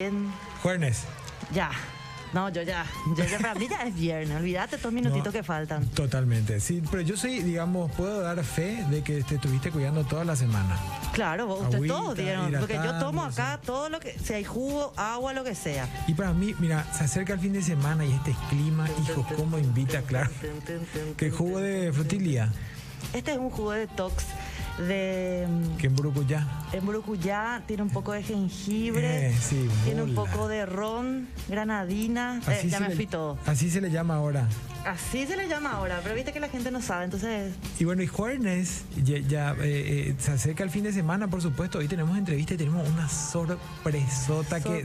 En- Juernes, Ya. No, yo ya. Yo ya para mí ya es viernes. Olvídate estos minutitos No. que faltan. totalmente. Sí, pero yo soy, digamos, puedo dar fe de que te estuviste cuidando toda la semana. Claro, vos- ustedes Agüita, todos dieron. Porque yo tomo hidratándose. acá todo lo que. Si hay jugo, agua, lo que sea. Y para mí, mira, se acerca el fin de semana y este clima, hijo, cómo invita, claro. Que jugo de frutilla, Este es un jugo de tox de. mm, que en Brucuyá. En Brucuyá tiene un poco de jengibre. Eh, sí, tiene un bola. poco de ron, granadina. Eh, ya se me le- fui todo. Así se le llama ahora. Así se le llama ahora, pero viste que la gente no sabe, entonces Y bueno, y Juernes, ya, ya, eh, eh, se acerca el fin de semana, por supuesto. Hoy tenemos entrevista y tenemos una sorpresota que los que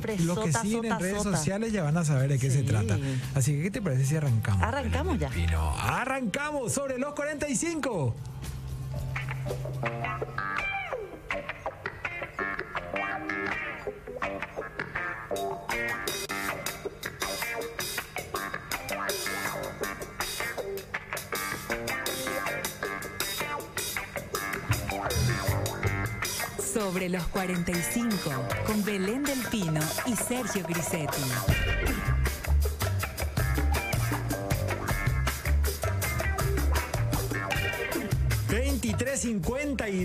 Sorpresota, siguen en redes sota. sociales ya van a saber de qué se Sí. trata. Así que, ¿qué te parece si arrancamos? arrancamos ya. Pino, arrancamos sobre los 45. Sobre los 45, con Belén del Pino y Sergio Grisetti.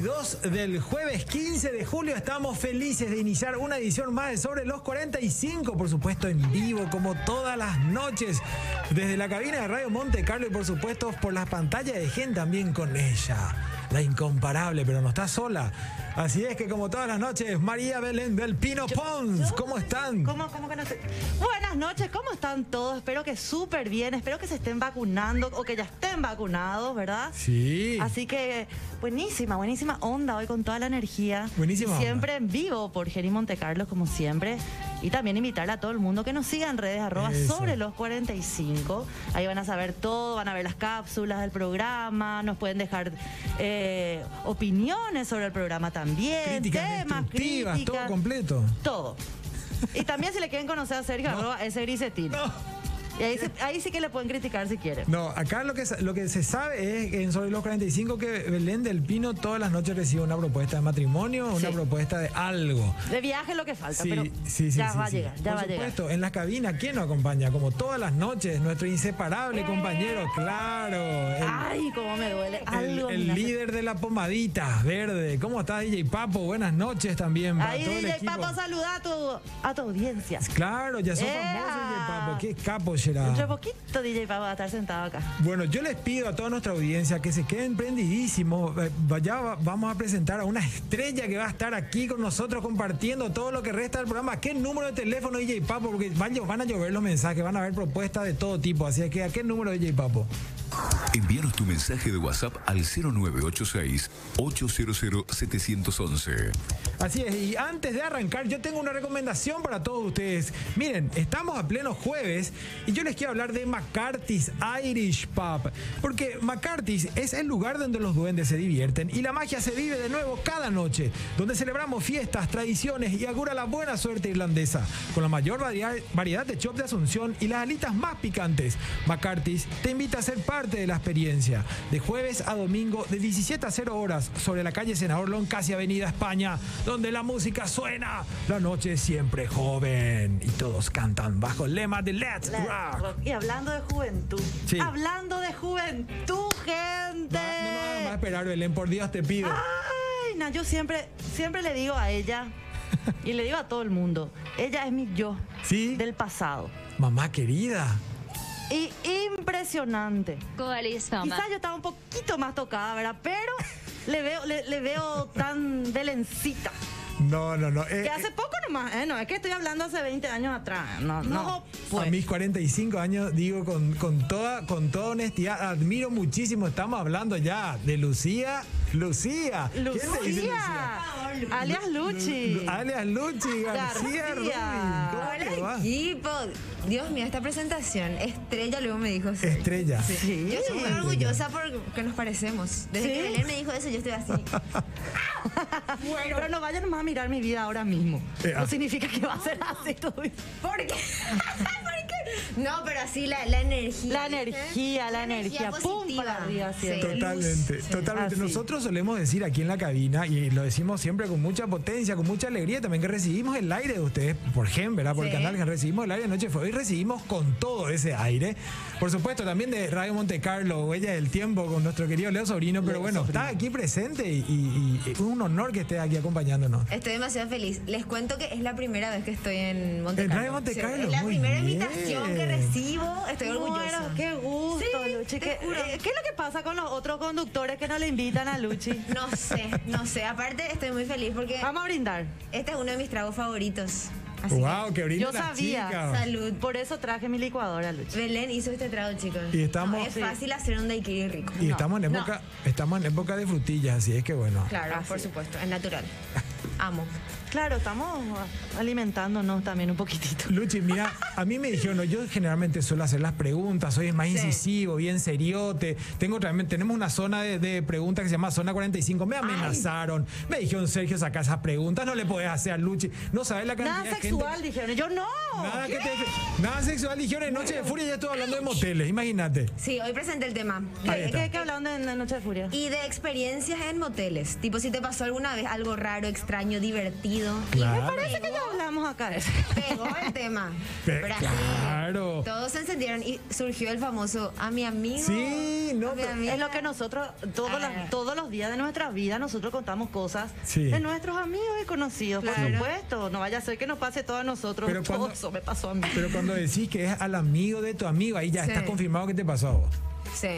dos del jueves 15 de julio. Estamos felices de iniciar una edición más de Sobre los 45, por supuesto en vivo, como todas las noches, desde la cabina de Radio Monte Carlo y por supuesto por las pantallas de Gen también con ella, la incomparable, pero no está sola. Así es que como todas las noches, María Belén del Pino Pons, ¿cómo están? ¿Cómo, cómo que no sé? Buenas noches, ¿cómo están todos? Espero que súper bien, espero que se estén vacunando o que ya estén vacunados, ¿verdad? Sí. Así que buenísima, buenísima onda hoy con toda la energía. Buenísima Y onda. Siempre en vivo por Geri Montecarlos, como siempre. Y también invitarle a todo el mundo que nos siga en redes arroba Eso. sobre los 45. Ahí van a saber todo, van a ver las cápsulas del programa, nos pueden dejar eh, opiniones sobre el programa también, Críticas temas, destructivas, críticas. todo completo. Todo. Y también si le quieren conocer a Sergio, arroba ese grisetín. Y ahí, se- ahí sí que le pueden criticar si quieren. No, acá lo que, sa- lo que se sabe es que en Sobre los 45 que Belén del Pino todas las noches recibe una propuesta de matrimonio, una Sí. propuesta de algo. De viaje lo que falta, Sí, pero sí, sí, ya sí, va sí. a llegar, ya Por va a llegar. supuesto, en la cabina, ¿quién nos acompaña? Como todas las noches, nuestro Eh. inseparable compañero, claro. el- Ay, cómo me duele. El, Algo el me hace- líder de la pomadita verde. ¿Cómo está DJ Papo? Buenas noches también para Ahí todo el DJ equipo. Papo saluda a tu, a tu audiencia. Claro, ya sos ¡Ea! famoso DJ Papo. Qué capo será. Dentro de poquito DJ Papo va a estar sentado acá. Bueno, yo les pido a toda nuestra audiencia que se queden prendidísimos. Eh, Ya va- vamos a presentar a una estrella que va a estar aquí con nosotros compartiendo todo lo que resta del programa. ¿Qué número de teléfono, DJ Papo? Porque van, llo- van a llover los mensajes, van a haber propuestas de todo tipo. Así que, ¿a qué número, DJ Papo? Envíanos tu mensaje de WhatsApp al 0986-800-711. Así es, y antes de arrancar, yo tengo una recomendación para todos ustedes. Miren, estamos a pleno jueves y yo les quiero hablar de McCarthy's Irish Pub. Porque McCarthy's es el lugar donde los duendes se divierten y la magia se vive de nuevo cada noche, donde celebramos fiestas, tradiciones y augura la buena suerte irlandesa, con la mayor variedad, variedad de chop de Asunción y las alitas más picantes. McCarthy's te invita a ser parte de la experiencia, de jueves a domingo de 17 a 0 horas, sobre la calle Senador Lon, casi Avenida España, donde la música suena, la noche es siempre joven y todos cantan bajo el lema de Let's La- Rock. Y hablando de juventud. Sí. Hablando de juventud, gente. No, no nos hagas más esperar, Belén, por Dios te pido. Ay, na, yo siempre, siempre le digo a ella y le digo a todo el mundo, ella es mi yo Sí. del pasado. Mamá querida. Y impresionante. ¿Cuál es, mamá? Quizás yo estaba un poquito más tocada, ¿verdad? Pero le veo, le, le veo tan belencita. No, no, no. eh, Que eh, hace poco nomás, ¿eh? No, es que estoy hablando hace 20 años atrás. No, no. pues, A mis 45 años, digo con, con toda, con toda honestidad, admiro muchísimo. Estamos hablando ya de Lucía. Lucía. ¿Quién le dice Lucía, alias Luchi. Lu- Alias Luchi García García. Rubin. ¿Cómo te Hola va? equipo, Dios mío, esta presentación, estrella luego me dijo Sergio. Estrella. Sí. Yo estoy muy orgullosa porque nos parecemos. Desde Sí. que Belén me dijo eso, yo estoy así. Pero no vayan más a mirar mi vida ahora mismo. Eh, no ah. significa que va a ser así tu vida. ¿Por qué? ¿Por qué? No, pero así la, la energía. La ¿viste? energía, la energía, pum, positiva. para arriba, así es. Totalmente, Sí. totalmente. Así. Nosotros solemos decir aquí en la cabina, y lo decimos siempre con mucha potencia, con mucha alegría también, que recibimos el aire de ustedes, por Gen, ¿verdad? Por el Sí. canal Gen, recibimos el aire de Noche Fue y recibimos con todo ese aire. Por supuesto, también de Radio Monte Carlo, Huella del Tiempo, con nuestro querido Leo Sobrino, pero bueno, está aquí presente y, y- y es un honor que esté aquí acompañándonos. Estoy demasiado feliz. Les cuento que es la primera vez que estoy en Monte En Carlo. Radio Monte Sí, Carlo, Es la muy primera bien. invitación que recibo. Estoy Bueno, orgullosa. qué gusto, Sí, Luchi. te ¿Qué, juro. eh, ¿Qué es lo que pasa con los otros conductores que no le invitan a Luchi? No sé, no sé. Aparte, estoy muy feliz porque Vamos a brindar. este es uno de mis tragos favoritos. Así que, ¡Wow! ¡Qué brinda Yo la sabía. chica. salud. Por eso traje mi licuadora, Luchi. Belén hizo este trago, chicos. Y estamos- No, es fácil hacer un daiquiri rico. Y estamos en época, estamos en época de frutillas, así es que bueno. Claro, por supuesto. Es natural. Amo. Claro, estamos alimentándonos también un poquitito. Luchi, mira, a mí me dijeron, no, yo generalmente suelo hacer las preguntas, soy más incisivo, bien seriote. Tengo también, tenemos una zona de, de preguntas que se llama zona 45. Me amenazaron, me dijeron, Sergio, saca esas preguntas, no le podés hacer a Luchi. No sabes la cantidad Nada de gente- sexual, dijeron. Yo no. Nada, que te- nada sexual, dijeron en Noche de Furia, ya estoy hablando de moteles, imagínate. Sí, hoy presenté el tema. Ahí ¿Qué, está. qué, qué hablando en la Noche de Furia? Y de experiencias en moteles. Tipo, si te pasó alguna vez algo raro, extraño, divertido. Claro. Parece que ya hablamos acá de eso. Pegó el tema. Pe- Pero así, claro. Todos se encendieron y surgió el famoso a mi amigo. Sí, no, a mi pero- amiga". Es lo que nosotros, todos, Ah. las- todos los días de nuestra vida, nosotros contamos cosas Sí. de nuestros amigos y conocidos, por Claro. supuesto. No vaya a ser que nos pase todo a nosotros. Pero todo cuando- eso me pasó a mí. Pero cuando decís que es al amigo de tu amigo, ahí ya Sí. está confirmado que te pasó a vos. Sí.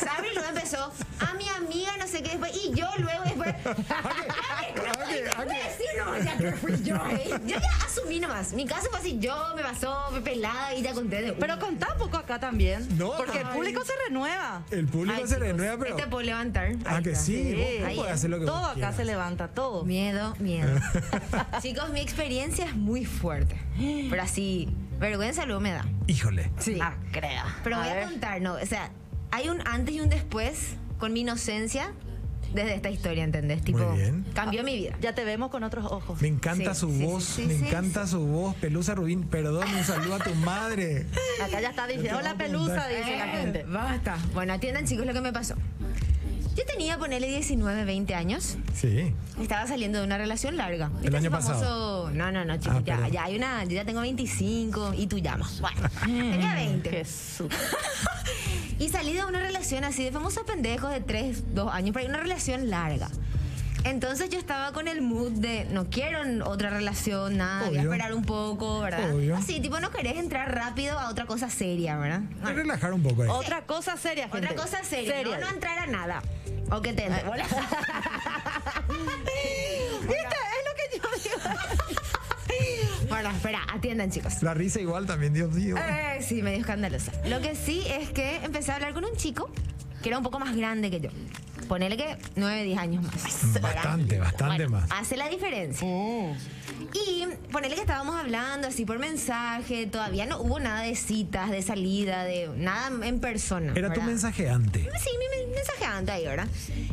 Sabri luego empezó a mi amiga, no sé qué después. Y yo luego después. ok, ok. Voy a decir nomás ya que fui yo. ¿eh? Yo ya asumí nomás. Mi caso fue así: yo me pasó, me pelada y ya conté de una. Pero contá un poco acá también. No, porque el ay. público se renueva. El público Ay, se chicos, renueva, pero. Este puedo levantar. Ah, Ahí que está. sí, vos- vos Sí. podés hacer lo que todo vos acá quieras. se levanta, todo. Miedo, miedo. Chicos, mi experiencia es muy fuerte. Pero así, vergüenza luego me da. Híjole. Sí. Ah, crea. pero A voy ver. a contar, no. O sea, hay un antes y un después con mi inocencia desde esta historia, ¿entendés? Tipo, bien. cambió mi vida. Ya te vemos con otros ojos. Me encanta Sí, su sí, sí, voz, sí, me sí, encanta su voz. Pelusa Rubín, perdón, un saludo a tu madre. Acá ya está Yo te diciendo, voy a hola pelusa, preguntar. dice la gente. Basta. Bueno, atiendan, chicos, lo que me pasó. Yo tenía, ponele 19, 20 años. Sí. Estaba saliendo de una relación larga. ¿Viste El ese año pasado. famoso- No, no, no, chicos. Ah, ya, perdón. ya hay una. Yo ya tengo 25 y tú llamas. Bueno, tenía 20. Jesús. Y salí de una relación así de famosos pendejos de 3, 2 años, pero hay una relación larga. Entonces yo estaba con el mood de no quiero n- otra relación, nada, voy a Obvio. esperar un poco, ¿verdad? Obvio. Así, tipo, no querés entrar rápido a otra cosa seria, ¿verdad? Te relajar un poco ahí. Oh. Otra cosa seria, gente. Otra cosa seria, No, no entrar a nada. O que te entre. bola. ¿Viste? Es lo que yo digo. bueno, espera, atiendan, chicos. La risa igual también, Dios mío. Eh, sí, medio escandalosa. Lo que sí es que empecé a hablar con un chico que era un poco más grande que yo. Ponele que 9, 10 años más. Bastante, bastante Bueno, más. Hace la diferencia. Y ponele que estábamos hablando así por mensaje, todavía no hubo nada de citas, de salida, de nada en persona. Era tu ¿verdad? mensajeante. Pues Sí, mi men- mensaje antes ahí, ¿verdad?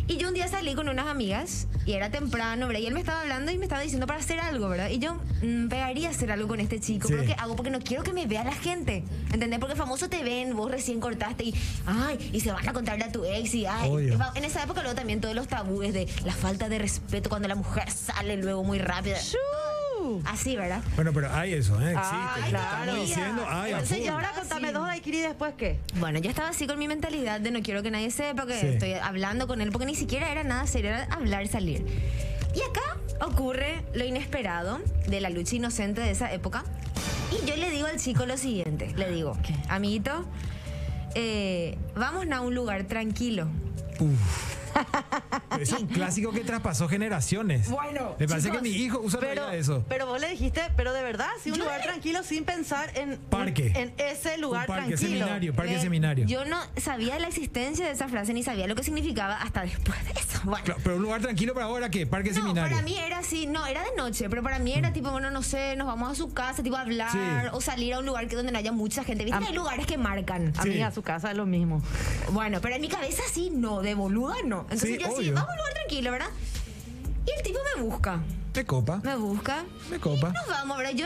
Y yo un día salí con unas amigas y era temprano, ¿verdad? Y él me estaba hablando y me estaba diciendo para hacer algo, ¿verdad? Y yo mm, pegaría hacer algo con este chico. Sí. Pero ¿qué hago? Porque no quiero que me vea la gente. ¿Entendés? Porque famoso te ven, vos recién cortaste y, ay, y se van a contarle a tu ex y, ay. Obvio. Va- En esa época luego también todos los tabúes de la falta de respeto cuando la mujer sale luego muy rápido. Así, ¿verdad? Bueno, pero hay eso, ¿eh? Ah, Existe. claro. Estamos diciendo, ay, a Entonces Y full. ahora Sí. contame dos daiquiri y después qué. Bueno, yo estaba así con mi mentalidad de no quiero que nadie sepa que Sí. estoy hablando con él, porque ni siquiera era nada serio, era hablar y salir. Y acá ocurre lo inesperado de la lucha inocente de esa época. Y yo le digo al chico lo siguiente, le digo, amiguito, eh, vamos a un lugar tranquilo. Uf. Es un clásico que traspasó generaciones. Bueno, Me parece chicos, que mi hijo usa Pero, todavía eso. pero vos le dijiste, pero de verdad, sí, un Yo lugar le- tranquilo sin pensar en, Parque. en ese lugar Un parque, tranquilo. seminario, parque Eh, seminario. Yo no sabía la existencia de esa frase ni sabía lo que significaba hasta después de eso. Bueno. Claro, pero un lugar tranquilo para ahora, ¿qué? Parque No, seminario. Mm. para mí era así, no, era de noche, pero para mí era tipo, bueno, no sé, nos vamos a su casa, tipo a hablar Sí. o salir a un lugar que donde no haya mucha gente. Viste Am- que hay lugares que marcan. Sí. Amiga, a su casa es lo mismo. Bueno, pero en mi cabeza sí, no, de boluda no. Entonces Sí, yo así, obvio. vamos a un lugar tranquilo, ¿verdad? Y el tipo me busca, De copa. me busca, De copa. nos vamos, ¿verdad? Yo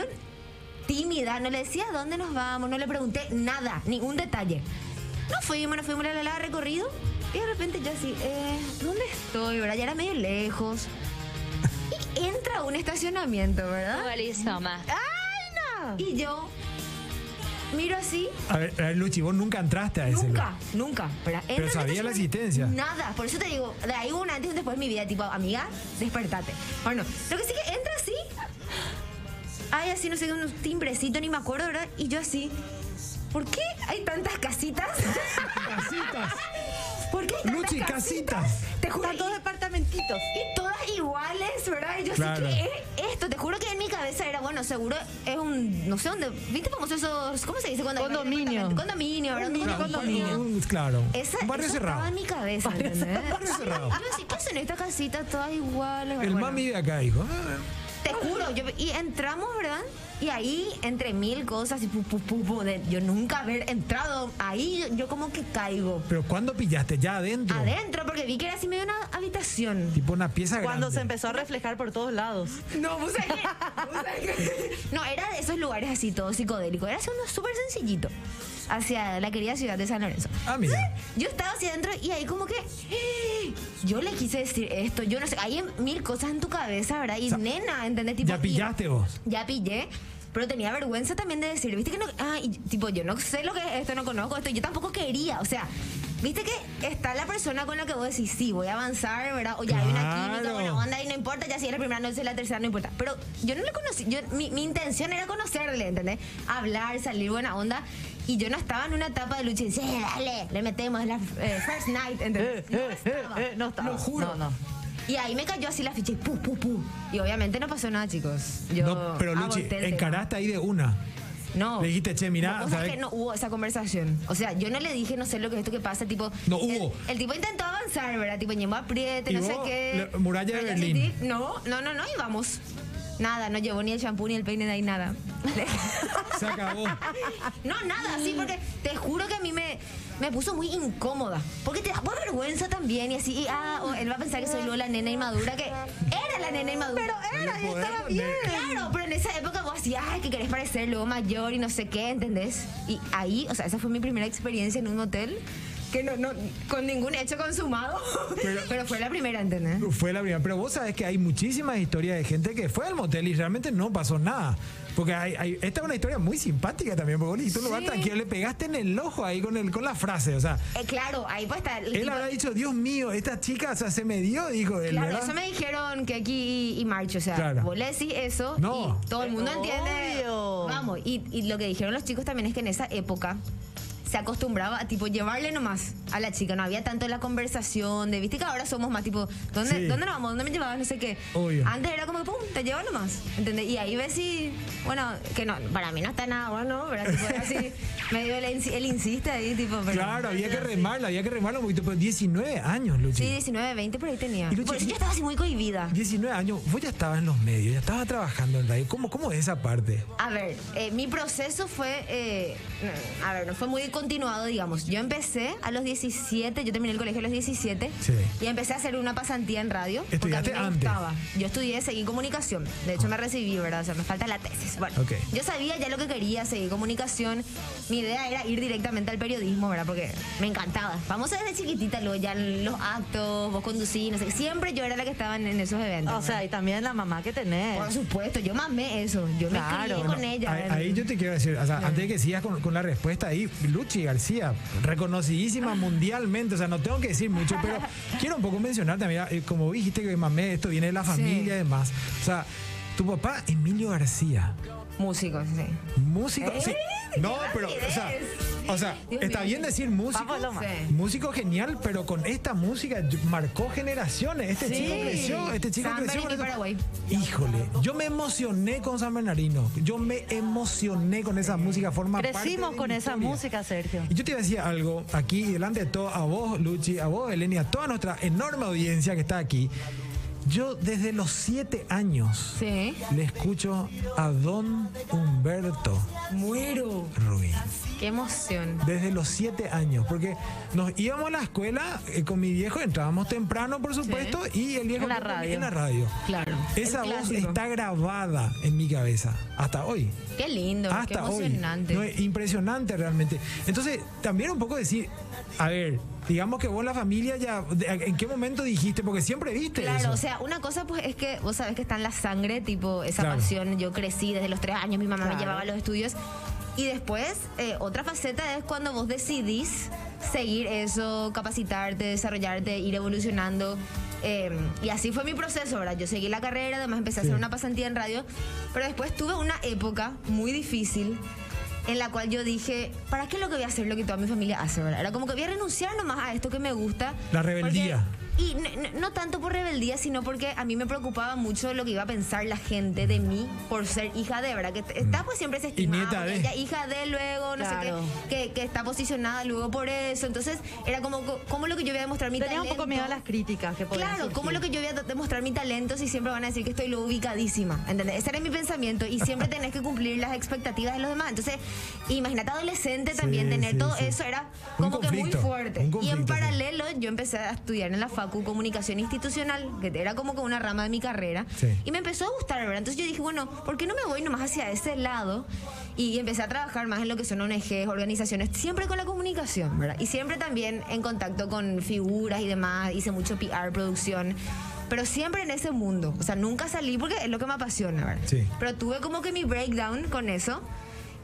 tímida, no le decía a dónde nos vamos, no le pregunté nada, ningún detalle. No fuimos, no fuimos, la, la, la, recorrido. Y de repente yo así, eh, ¿dónde estoy, verdad? Ya era medio lejos. Y entra a un estacionamiento, ¿verdad? Buenísima. ¡Ay, no! Y yo miro así A ver, a ver, Luchi, vos nunca entraste a ese Nunca, lugar. nunca. ¿verdad? Pero Entro en sabía la estacionamiento, existencia. Nada, por eso te digo, de ahí hubo un antes y un después de mi vida, tipo, amiga, despertate. Bueno, lo que sí que entra así, hay así, no sé, un timbrecito, ni me acuerdo, ¿verdad? Y yo así, ¿por qué hay tantas casitas? Casitas. ¿Por qué hay tantas Luchi, casitas. Te juro, Están todos y, departamentitos. y todas iguales, ¿verdad? Y yo Claro. así, ¿qué es esto? Te juro que en mi cabeza era, bueno, seguro es un, no sé dónde, ¿viste como esos, ¿cómo se dice? Cuando hay varios Condominio. departamentos? Condominio, ¿verdad? Un Claro, un- condominio. un- claro. Esa, un barrio eso estaba en cerrado. mi cabeza, ¿entendés? Barrio cerrado. Yo decía, ¿qué hacen estas casitas todas iguales? El Bueno, man vive acá, hijo. Ah, Te juro, yo, y entramos, ¿verdad? Y ahí, entre mil cosas, y pu, pu, pu, pu, de yo nunca haber entrado, ahí yo, yo como que caigo Pero ¿cuándo pillaste? Ya adentro. adentro, porque vi que era así medio una habitación. Tipo una pieza Cuando se grande. empezó a reflejar por todos lados. No, pues ahí- pues ahí- No, era de esos lugares así, todo psicodélico. Era así uno súper sencillito, hacia la querida ciudad de San Lorenzo. Ah, mira. Yo estaba hacia adentro y ahí como que ¡eh! yo le quise decir esto, yo no sé, hay mil cosas en tu cabeza, ¿verdad? Y sea, nena, ¿entendés? Tipo, Ya y- pillaste vos. Ya pillé. Pero tenía vergüenza también de decir, viste que no, ah, y- tipo, yo no sé lo que es esto, no conozco esto, yo tampoco quería, o sea, viste que está la persona con la que vos decís, sí, voy a avanzar, ¿verdad? O ya hay una química, Claro. buena onda, y no importa, ya si es la primera, no es la tercera, no importa. Pero yo no le conocí, yo, mi, mi intención era conocerle, ¿entendés? Hablar, salir buena onda, y yo no estaba en una etapa de lucha, y decía, "Eh, dale, le metemos es la eh, first night, Eh, ¿entendés? No eh, eh, estaba. eh, no estaba. Lo juro. No, no. Y ahí me cayó así la ficha y pu, pu, pu. Y obviamente no pasó nada, chicos. Yo No, pero Luchi, aborté el tema. encaraste ahí de una. No. Le dijiste, che, mirá, No, vos sabés ¿sabés? que no hubo esa conversación. O sea, yo no le dije, no sé lo que es esto que pasa, tipo. No el- hubo. El, tipo intentó avanzar, ¿verdad? Tipo, llamó apriete, ¿Y no sé vos? qué. La- muralla de Pero yo Berlín. sentí, no, no, no, no, íbamos. Nada, no llevó ni el champú ni el peine de ahí, nada. Se acabó. No, nada, sí, porque te juro que a mí me, me puso muy incómoda. Porque te da por vergüenza también y así, y, ah, o él va a pensar que soy luego la nena inmadura, que era la nena inmadura. Pero era, y Poder estaba poner. bien. Claro, pero en esa época vos así, ay, que querés parecer luego mayor y no sé qué, ¿entendés? Y ahí, o sea, esa fue mi primera experiencia en un hotel. Que no, no, con ningún hecho consumado. Pero, fue la primera, ¿entendés? Fue la primera. Pero vos sabés que hay muchísimas historias de gente que fue al motel y realmente no pasó nada. Porque hay, hay- esta es una historia muy simpática también, porque vos le dijiste un lugar tranquilo, le pegaste en el ojo ahí con, el, con la frase. O sea, Eh, claro, ahí pues está. el él tipo- habrá dicho, Dios mío, esta chica o sea, se me dio, dijo él, Claro, ¿verdad? eso me dijeron que aquí y, y March, o sea, Claro. vos le decís eso No. y todo el mundo Eh, entiende. obvio. Vamos, y, y lo que dijeron los chicos también es que en esa época se acostumbraba a tipo llevarle nomás a la chica, no había tanto la conversación de, viste que ahora somos más tipo, ¿dónde, Sí. ¿dónde nos vamos? ¿Dónde me llevabas? No sé qué. Obvio. Antes era como que, pum, te llevo nomás, ¿entendés? Y ahí ves si, bueno, que no, para mí no está nada bueno, pero tipo era así, medio él, insi- él insiste ahí, tipo, pero- Claro, había que remarla, había que remarla un poquito, pero 19 años, Luchi. Sí, 19, 20 por ahí tenía. Y Luchi, Por eso y- yo estaba así muy cohibida. 19 años, vos ya estabas en los medios, ya estabas trabajando en radio. ¿Cómo, cómo es esa parte? A ver, eh, mi proceso fue, eh, no, a ver, no fue muy continuado, digamos. Yo empecé a los 17, yo terminé el colegio a los 17 Sí. y empecé a hacer una pasantía en radio porque a mí ¿Estudiaste me antes? gustaba. Yo estudié, seguí comunicación. De hecho, me recibí, ¿verdad? O sea, me falta la tesis. Bueno, Ok. yo sabía ya lo que quería, seguí comunicación. Mi idea era ir directamente al periodismo, ¿verdad? Porque me encantaba. Famosa desde chiquitita, luego ya en los actos, vos conducís, no sé. Siempre yo era la que estaba en, en esos eventos. O sea, y también la mamá que tenés. Por supuesto, yo mamé eso. Yo me Claro. crié con ella. Ahí, ahí yo te quiero decir, o sea, antes de que sigas con, con la respuesta ahí, Luchi García, Ah. reconocidísima mundialmente, o sea, no tengo que decir mucho, pero quiero un poco mencionarte, mira, eh, como dijiste que mamé, esto viene de la familia y demás, o sea, tu papá, Emilio García, Músicos, sí. músico, ¿Eh? sí. ¿Qué no, pero, o rapidez? sea, o sea, Dios está mío. bien decir músico, Vamos, Loma. Sí. músico genial, pero con esta música yo- marcó generaciones, este Sí. chico creció, este chico San creció. Bernardino, con esto. Paraguay. Híjole, yo me emocioné con San Bernardino, yo me emocioné con esa música, forma parte Crecimos de con mi esa historia. música, Sergio. Y yo te iba a decir algo aquí, y delante de todo, a vos, Luchi, a vos, Eleni, a toda nuestra enorme audiencia que está aquí. Yo desde los siete años Sí. le escucho a don Humberto Muero. Ruiz. Qué emoción. Desde los siete años, porque nos íbamos a la escuela eh, con mi viejo, entrábamos temprano, por supuesto, y el viejo En la me ponía radio. en la radio. Claro. Esa El voz clásico. está grabada en mi cabeza hasta hoy. Qué lindo. qué Hasta hoy. emocionante. Ah, No, es impresionante realmente. Entonces, también un poco decir, a ver, digamos que vos en la familia ya, de- ¿en qué momento dijiste? Porque siempre viste Claro, eso. o sea, una cosa pues es que vos sabés que está en la sangre, tipo, esa Claro. pasión. Yo crecí desde los tres años, mi mamá Claro. me llevaba a los estudios. Y después, eh, otra faceta es cuando vos decidís seguir eso, capacitarte, desarrollarte, ir evolucionando. Eh, y así fue mi proceso, ¿verdad? Yo seguí la carrera, además empecé a Sí. hacer una pasantía en radio, pero después tuve una época muy difícil en la cual yo dije, ¿para qué es lo que voy a hacer lo que toda mi familia hace, verdad? Era como que voy a renunciar nomás a esto que me gusta. La rebeldía. porque- y n- n- no, tanto por rebeldía, sino porque a mí me preocupaba mucho lo que iba a pensar la gente de mí por ser hija de, ¿verdad? Que est- está pues siempre se estima. Mm. nieta de. hija de luego, no Claro. sé qué, que, que está posicionada luego por eso. Entonces era como, co- ¿cómo lo que yo voy a demostrar mi Tenía un talento? poco miedo a las críticas que podían Claro, ¿cómo surgir. lo que yo voy a t- demostrar mi talento si siempre van a decir que estoy lo ubicadísima? ¿Entendés? Ese era mi pensamiento y siempre tenés que cumplir las expectativas de los demás. Entonces, imagínate adolescente también, Sí, tener sí, todo sí. eso era Un como que muy conflicto, un fuerte. Y conflicto, sí. en paralelo, yo empecé a estudiar en la Facu Comunicación Institucional, que era como que una rama de mi carrera. Sí. Y me empezó a gustar, ¿verdad? Entonces yo dije, bueno, ¿por qué no me voy nomás hacia ese lado? Y empecé a trabajar más en lo que son ONGs, organizaciones, siempre con la comunicación, ¿verdad? Y siempre también en contacto con figuras y demás. Hice mucho PR, producción. Pero siempre en ese mundo. O sea, nunca salí porque es lo que me apasiona, ¿verdad? Sí. Pero tuve como que mi breakdown con eso.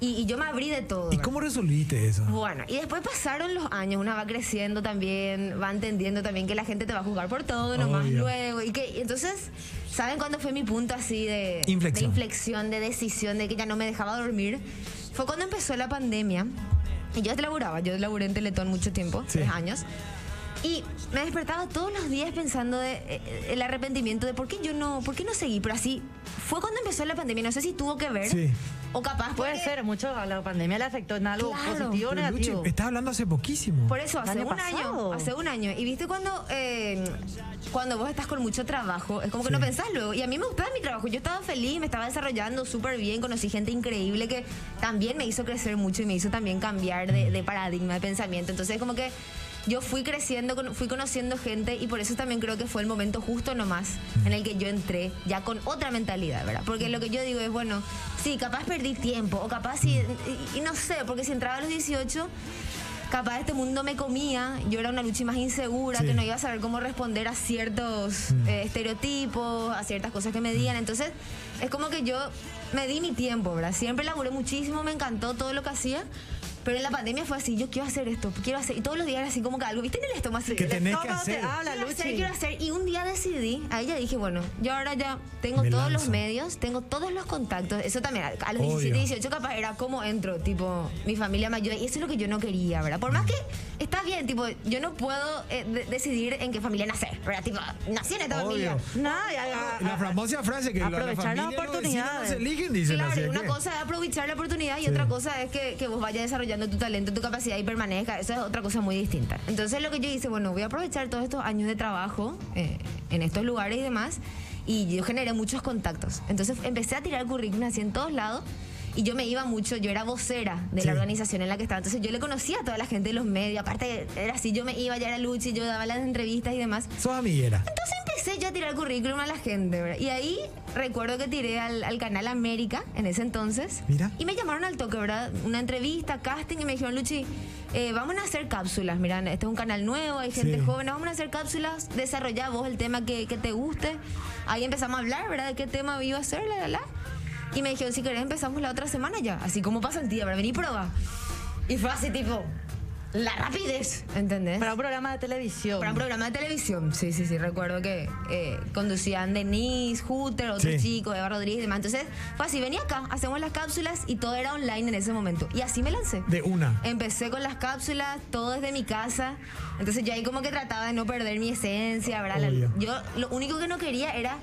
Y, y yo me abrí de todo. ¿Y ¿verdad? cómo resolviste eso? Bueno, y después pasaron los años, una va creciendo también, va entendiendo también que la gente te va a juzgar por todo nomás Obvio. luego. Y que y entonces, ¿saben cuándo fue mi punto así de Inflexión. de, inflexión, de decisión, de que ya no me dejaba dormir? Fue cuando empezó la pandemia. Y yo laburaba, yo laburé en Teletón mucho tiempo, Sí. tres años. Y me despertaba todos los días pensando de, eh, el arrepentimiento de por qué yo no, por qué no seguí, pero así fue cuando empezó la pandemia, no sé si tuvo que ver Sí. o capaz Puede porque- ser, mucho a la pandemia le afectó en algo Claro. positivo o Pero, Luchi, eh, negativo. estás hablando hace poquísimo. Por eso, El hace año un pasado. año, hace un año. Y viste cuando, eh, cuando vos estás con mucho trabajo, es como que no pensás luego. Y a mí me gustaba mi trabajo. Yo estaba feliz, me estaba desarrollando súper bien, conocí gente increíble que también me hizo crecer mucho y me hizo también cambiar Mm. de, de paradigma, de pensamiento. Entonces, como que yo fui creciendo, con- fui conociendo gente y por eso también creo que fue el momento justo nomás Mm. en el que yo entré ya con otra mentalidad, ¿verdad? Porque lo que yo digo es, bueno, sí, capaz perdí tiempo o capaz sí, Mm. y- y no sé, porque si entraba a los 18 capaz este mundo me comía, yo era una lucha más insegura, Sí. Mm. que no iba a saber cómo responder a ciertos eh, estereotipos, a ciertas cosas que me digan. Entonces, es como que yo me di mi tiempo, ¿verdad? Siempre laburé muchísimo, me encantó todo lo que hacía. Pero en la pandemia fue así, yo quiero hacer esto, quiero hacer. Y todos los días era así como que algo, ¿viste? En el estómago así. Que el tenés que Estómago te hacer. habla, quiero hacer, Luchi. quiero hacer. Y un día decidí, a ella dije, bueno, yo ahora ya tengo Me todos los lanzo. medios, tengo todos los contactos. Eso también, a- a los Obvio. 17, 18 capaz era como entro, tipo, mi familia me ayuda. Y eso es lo que yo no quería, ¿verdad? Por más que está bien, tipo, yo no puedo eh, de- decidir en qué familia nacer, ¿verdad? Tipo, nací en esta Obvio. familia. Nada, ya- Ah, La famosa frase que la- la Aprovechar las familia, los vecinos no oportunidades. se eligen, dicen así, Claro, ¿a una qué? cosa es aprovechar la oportunidad y otra cosa es que, que vos vayas desarrollando tu talento, tu capacidad y permanezca. Esa es otra cosa muy distinta. Entonces lo que yo hice, bueno, voy a aprovechar todos estos años de trabajo eh, en estos lugares y demás y yo generé muchos contactos. Entonces empecé a tirar currículum así en todos lados. Y yo me iba mucho, yo era vocera de Sí. la organización en la que estaba. Entonces yo le conocía a toda la gente de los medios. Aparte, era así, yo me iba, ya era Luchi, yo daba las entrevistas y demás. Sos amiguera. Entonces empecé yo a tirar currículum a la gente, ¿verdad? Y ahí recuerdo que tiré al, al canal América en ese entonces. Mira. Y me llamaron al toque, ¿verdad? Una entrevista, casting, y me dijeron, Luchi, eh, vamos a hacer cápsulas. Mira, este es un canal nuevo, hay gente Sí. joven, vamos a hacer cápsulas, desarrollá vos el tema que, que te guste. Ahí empezamos a hablar, ¿verdad? De qué tema iba a ser, la, la, la. Y me dijeron, si querés empezamos la otra semana ya. Así como pasantía, ¿verdad? Vení, prueba. Y fue así, tipo, la rapidez, ¿entendés? Para un programa de televisión. Para un programa de televisión, sí, sí, sí. Recuerdo que eh, conducían Denise, Hooter, otros Sí. chicos, Eva Rodríguez y demás. Entonces, fue así, venía acá, hacemos las cápsulas y todo era online en ese momento. Y así me lancé. De una. Empecé con las cápsulas, todo desde mi casa. Entonces yo ahí como que trataba de no perder mi esencia, ¿verdad? La- Obvio. yo lo único que no quería era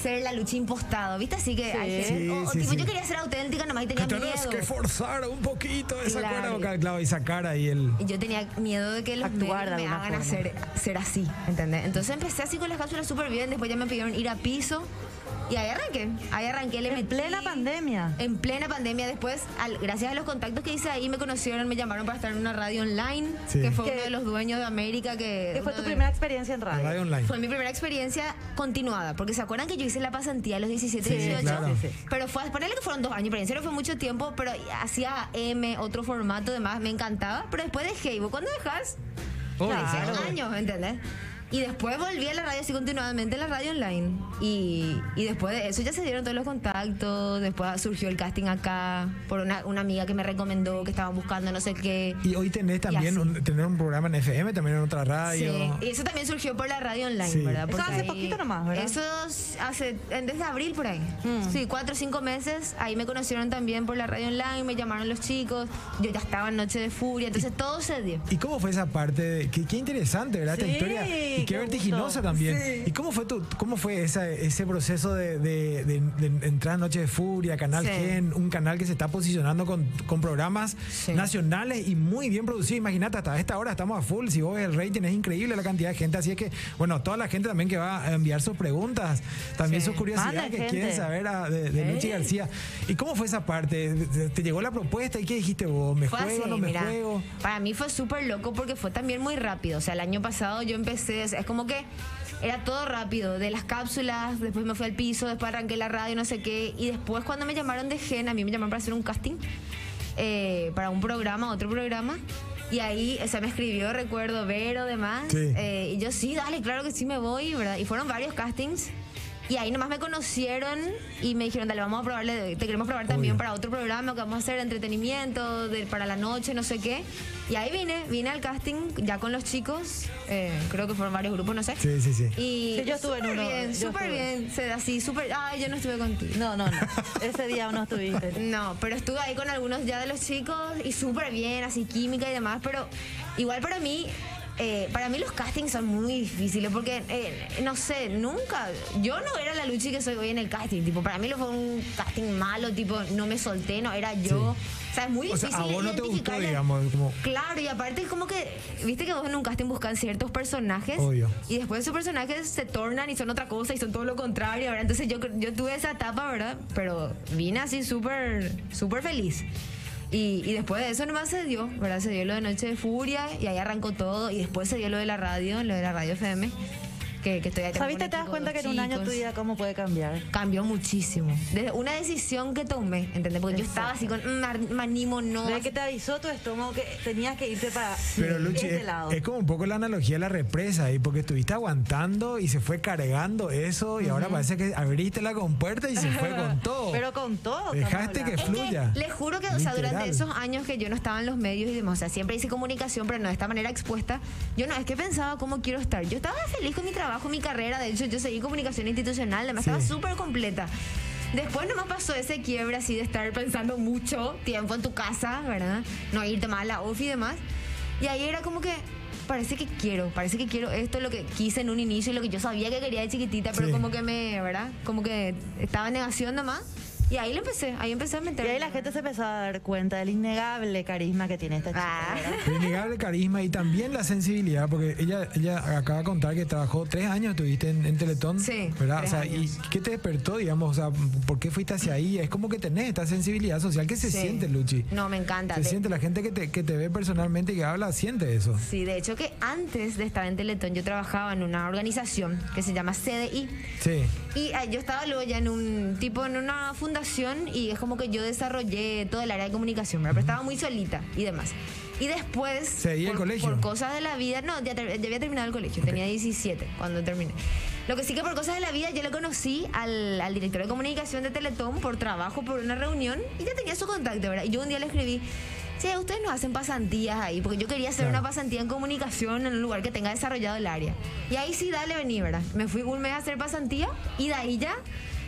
ser la lucha impostado, ¿viste? Así que hay gente- Sí, o, o sí, tipo, sí. yo quería ser auténtica, nomás y Que tenía tenés miedo. que forzar un poquito esa Claro. cuerda vocal, claro, y sacar ahí el. Y yo tenía miedo de que los Actuar de medios me alguna hagan forma. hacer, ser así, ¿entendés? Entonces empecé así con las cápsulas súper bien, después ya me pidieron ir a piso y ahí arranqué, ahí arranqué. Le En metí- plena pandemia. En plena pandemia, después, al- gracias a los contactos que hice ahí, me conocieron, me llamaron para estar en una radio online, Sí. que fue Que- uno de los dueños de América que... ¿Qué fue uno tu de- primera experiencia en la radio? radio online. Fue mi primera experiencia continuada, porque se acuerdan que yo hice la pasantía a los 17, Sí, 18, claro. Sí, sí. pero fue, ponerle que fueron dos años, pero en serio fue mucho tiempo, pero hacía M, otro formato, demás, me encantaba, pero después dejé, y vos cuando dejas, Obvio, Claro. claro. años, ¿entendés? Y después volví a la radio así continuadamente, la radio online. Y, y después de eso ya se dieron todos los contactos, después surgió el casting acá, por una, una amiga que me recomendó que estaban buscando no sé qué. Y hoy tenés también así. un, tener un programa en FM, también en otra Sí, radio. y eso también surgió por la radio online, Sí. ¿verdad? Eso Porque hace ahí- poquito nomás, ¿verdad? Mm. Eso es hace, en- desde abril por ahí. Sí, cuatro o cinco meses. Ahí me conocieron también por la radio online, me llamaron los chicos, yo ya estaba en Noche de Furia, entonces todo se dio. ¿Y cómo fue esa parte? De, qué, qué interesante, ¿verdad? Esta Sí, historia. Y qué, qué vertiginosa gusto. también. ¿Y cómo fue tu, cómo fue esa- ese proceso de, de- de- de entrar a Noche de Furia, Canal Sí. Gen, un canal que se está posicionando con, con programas Sí. nacionales y muy bien producido? Imagínate, hasta esta hora estamos a full. Si vos ves el rating, es increíble la cantidad de gente. Así es que, bueno, toda la gente también que va a enviar sus preguntas, también Sí. sus curiosidades Manda que gente. quieren saber a- de, de Luchi García. ¿Y cómo fue esa parte? ¿Te llegó la propuesta y qué dijiste vos? ¿Me Fue juego así, no me mira. juego? Para mí fue súper loco porque fue también muy rápido. O sea, el año pasado yo empecé, o sea, es como que era todo rápido, de las cápsulas, después me fui al piso, después arranqué la radio, no sé qué. Y después cuando me llamaron de Gen, a mí me llamaron para hacer un casting, eh, para un programa, otro programa. Y ahí, o sea, me escribió, recuerdo, Vero, demás. Sí. Eh, y yo, sí, dale, claro que sí me voy, ¿verdad? Y fueron varios castings. Y ahí nomás me conocieron y me dijeron, dale, vamos a probarle, te queremos probar también Obvio. para otro programa que vamos a hacer de entretenimiento, de- para la noche, no sé qué. Y ahí vine, vine al casting ya con los chicos, eh, creo que fueron varios grupos, no sé. Sí, sí, sí. Y Sí, yo estuve en súper uno, bien, yo súper estuve. bien, se- así, súper, ay, yo no estuve contigo. No, no, no. Ese día no estuviste. No, pero estuve ahí con algunos ya de los chicos y súper bien, así química y demás, pero igual para mí, eh, para mí los castings son muy difíciles porque, eh, no sé, nunca, yo no era la luchi que soy hoy en el casting, tipo, para mí lo fue un casting malo, tipo, no me solté, no era yo. O sea, es muy O sea, difícil. a vos no te gustó, identificarle- digamos, como- Claro, y aparte es como que, viste que vos en un casting buscan ciertos personajes. Obvio. Y después esos personajes se tornan y son otra cosa y son todo lo contrario, ¿verdad? Entonces yo, cre- yo tuve esa etapa, ¿verdad? Pero vine así súper, súper feliz. Y, y después de eso nomás se dio, ¿verdad? Se dio lo de Noche de Furia y ahí arrancó todo. Y después se dio lo de la radio, lo de la radio FM, que, que estoy ahí también ¿Sabiste? con Te das equipo, cuenta que en un año tu chicos. vida cómo puede cambiar. Cambió muchísimo. Desde una decisión que tomé, ¿entendés? Porque yo estaba así con, "Mm, ar- me animo, no. Desde que te avisó tu estómago que tenías que irte para Pero Luchi, este es, lado. es como un poco la analogía de la represa ahí, porque estuviste aguantando y se fue cargando eso y ahora parece que abriste la compuerta y se fue con todo. Pero con todo. estamos Dejaste que hablando. Es que fluya. le juro que, o sea, durante Literal. esos años que yo no estaba en los medios y demás, o sea, siempre hice comunicación, pero no de esta manera expuesta, yo no es que pensaba cómo quiero estar. Yo estaba feliz con mi trabajo, mi carrera, de hecho, yo seguí comunicación institucional, además Sí. estaba súper completa. Después nomás pasó ese quiebre así de estar pensando mucho tiempo en tu casa, ¿verdad? No irte más a la ofi y demás. Y ahí era como que parece que quiero, parece que quiero esto, lo que quise en un inicio y lo que yo sabía que quería de chiquitita, pero Sí. como que me, ¿verdad? Como que estaba en negación nomás. Y ahí lo empecé, ahí empecé a Y meter. ahí la gente se empezó a dar cuenta del innegable carisma que tiene esta chica. Ah. ¿verdad? El innegable carisma y también la sensibilidad, porque ella, ella acaba de contar que trabajó tres años, estuviste en, en Teletón, Sí, ¿verdad? O tres sea, años. ¿y qué te despertó, digamos? O sea, ¿por qué fuiste hacia ahí? Es como que tenés esta sensibilidad social. ¿Qué se Sí. siente, Luchi? No, me encanta. Se De- siente, la gente que te, que te ve personalmente y que habla, siente eso. Sí, de hecho que antes de estar en Teletón yo trabajaba en una organización que se llama CDI. Sí. Y ah, yo estaba luego ya en un tipo, en una fundación y es como que yo desarrollé todo el área de comunicación, ¿verdad? pero estaba muy solita y demás. Y después, Seguí el por, colegio. por cosas de la vida, no, ya, ter- ya había terminado el colegio, tenía 17 cuando terminé. Lo que sí que por cosas de la vida yo le conocí al, al director de comunicación de Teletón por trabajo, por una reunión y ya tenía su contacto, ¿verdad? Y yo un día le escribí, che, ustedes no hacen pasantías ahí, porque yo quería hacer Claro. una pasantía en comunicación en un lugar que tenga desarrollado el área. Y ahí sí, dale, vení, ¿verdad? Me fui un mes a hacer pasantía y de ahí ya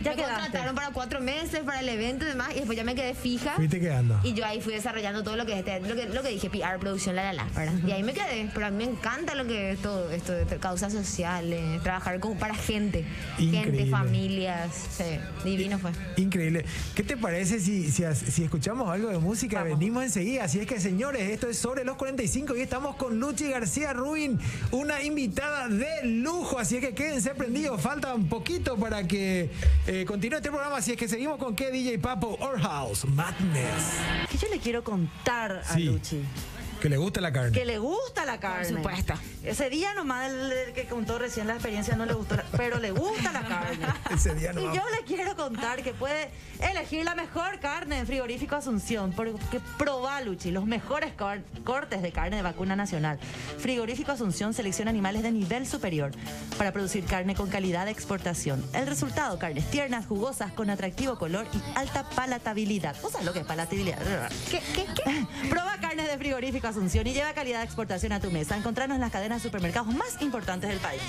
Ya me quedaste. contrataron para cuatro meses, para el evento y demás, y después ya me quedé fija. Fuiste quedando. Y yo ahí fui desarrollando todo lo que es este- lo que, lo que dije, PR, producción, la la la, ¿verdad? Y ahí me quedé. Pero a mí me encanta lo que es todo esto de tra- causas sociales, trabajar con, para gente. Increíble. Gente, familias. sí, divino fue. Increíble. ¿Qué te parece si, si, as- si escuchamos algo de música? Vamos. Venimos enseguida. Así es que, señores, esto es sobre los 45 y estamos con Luchi García Rubin, una invitada de lujo. Así es que quédense prendidos. Falta un poquito para que eh, continúe este programa. Así es que seguimos con qué DJ Papo Or House Madness. Ah. Que yo le quiero contar a Sí. Luchi. Que le gusta la carne. Que le gusta la carne. supuesto. Ese día nomás el, el que contó recién la experiencia no le gustó, la- pero le gusta la carne. Ese día Y nomás. yo le quiero contar que puede elegir la mejor carne en Frigorífico Asunción, porque proba, Luchi, los mejores cor- cortes de carne de vacuna nacional. Frigorífico Asunción selecciona animales de nivel superior para producir carne con calidad de exportación. El resultado, carnes tiernas, jugosas, con atractivo color y alta palatabilidad. ¿Vos sabés lo que es palatabilidad? ¿Qué, qué, qué? Proba carnes de frigorífico Asunción y lleva calidad de exportación a tu mesa. Encontrarnos en las cadenas de supermercados más importantes del país.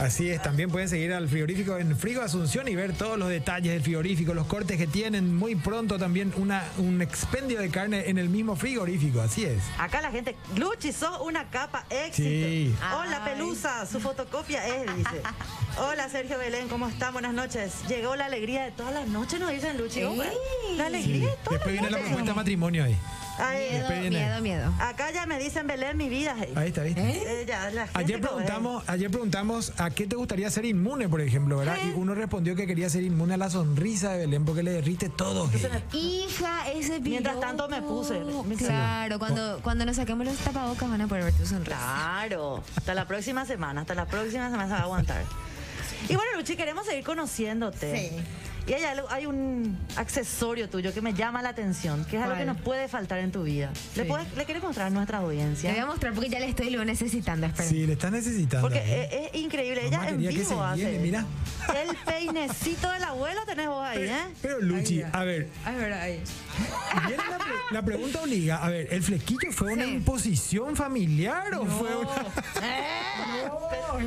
Así es, también pueden seguir al frigorífico en Frigo Asunción y ver todos los detalles del frigorífico, los cortes que tienen. Muy pronto también una, un expendio de carne en el mismo frigorífico, así es. Acá la gente, Luchi, sos una capa éxito. Sí. Hola, Ay. Pelusa, su fotocopia es, dice. Hola, Sergio Belén, ¿cómo están? Buenas noches. Llegó la alegría de todas las noches, nos dicen Luchi. Oh, bueno, La alegría de todas Después viene las la noches. propuesta de matrimonio ahí. Ay, Miedo, Depende. miedo, miedo. acá ya me dicen Belén mi vida. hey. Ahí está, ¿viste? Eh, ya, la gente Ayer como es. preguntamos, ayer preguntamos a qué te gustaría ser inmune, por ejemplo, ¿verdad? Y uno respondió que quería ser inmune a la sonrisa de Belén porque le derrite todo. eh. Hija, ese piropo. Mientras tanto me puse, me- Claro, cuando, cuando nos saquemos los tapabocas van a poder ver tu sonrisa. Claro. Hasta la próxima semana. Hasta la próxima semana se va a aguantar. Y bueno, Luchi, queremos seguir conociéndote. Sí. Y hay, algo- hay un accesorio tuyo que me llama la atención, que es algo ¿Cuál? que nos puede faltar en tu vida. ¿Le, Sí. puedes, le quieres mostrar a nuestra Te voy audiencia? a mostrar porque ya le estoy lo necesitando, espera. Sí, le estás necesitando. Porque es, eh. es increíble. Ella Mamá en quería que vivo se hace. llene, mira. El peinecito del abuelo tenés vos ahí, ¿eh? Pero Luchi, a ver, Ay, verdad, ahí. viene la, pre- la pregunta obliga. A ver, ¿el flequillo fue una Sí. imposición familiar o fue una.?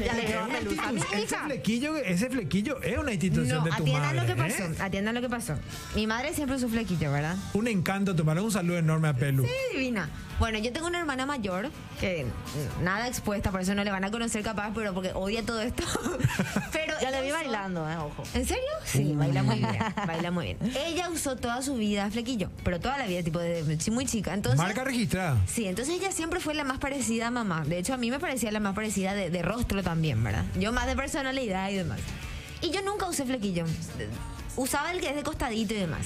Ya le Es quedó una pelusa. institu- Mi ese, hija. flequillo, ese flequillo es una institución No, de tu madre. atiendan lo que pasó, ¿eh? atiendan lo que pasó. Mi madre siempre usó flequillo, ¿verdad? Un encanto tu madre. Un saludo enorme a Pelu. Qué divina. Bueno, yo tengo una hermana mayor que mm, nada expuesta, por eso no le van a conocer capaz, pero porque odia todo esto. pero Ya le vi ella usó- bailando, ¿eh? Ojo. ¿En serio? Sí, baila muy bien, baila muy bien. Ella usó toda su vida flequillo, pero toda la vida, tipo desde muy chica. Entonces, Marca registrada. Sí, entonces ella siempre fue la más parecida a mamá. De hecho, a mí me parecía la más parecida de, de rostro también, ¿verdad? Yo más de personalidad y demás. Y yo nunca usé flequillo. Usaba el que es de costadito y demás.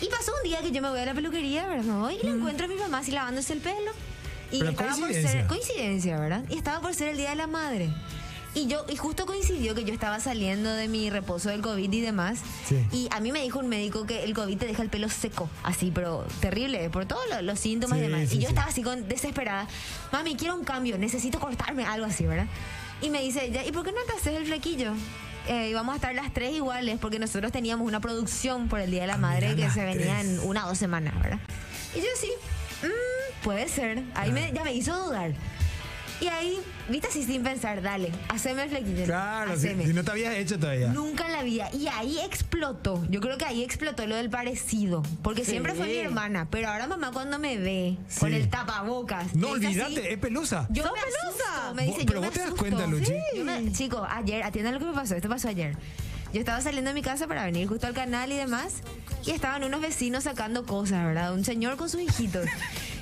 Y pasó un día que yo me voy a la peluquería, ¿verdad? Me voy y la encuentro a mi mamá así lavándose el pelo. Y Mm. Pero por coincidencia. ser. Coincidencia, ¿verdad? Y estaba por ser el día de la madre. Y yo, y justo coincidió que yo estaba saliendo de mi reposo del COVID y demás. Sí. Y a mí me dijo un médico que el COVID te deja el pelo seco, así, pero terrible, por todos lo- los síntomas síntomas y Sí, demás. sí, y yo sí. estaba así con, desesperada. Mami, quiero un cambio, necesito cortarme, algo así, ¿verdad? Y me dice ella, ¿y por qué no te haces el flequillo? Eh, y vamos a estar las tres iguales porque nosotros teníamos una producción por el Día de la Madre que Ah, las se venía tres. en una o dos semanas, ¿verdad? Y yo sí, "Mm, puede ser. Ahí me- ya me hizo dudar. Y ahí, viste así sin pensar, dale, haceme el flequillo. Claro, si, haceme. si no te habías hecho todavía. Nunca en la vida. Y ahí explotó. Yo creo que ahí explotó lo del parecido. Porque siempre fue mi hermana. Pero ahora mamá cuando me ve Sí. con el tapabocas. No, me dice olvídate, eh, así, es pelusa. Yo ¡Sos me pelusa! asusto. Me Vo- dice, pero yo me vos te das asusto. cuenta, Luchi. Sí, yo me- Chicos, ayer, atiendan lo que me pasó. Esto pasó ayer. Yo estaba saliendo de mi casa para venir justo al canal y demás. Y estaban unos vecinos sacando cosas, ¿verdad? Un señor con sus hijitos.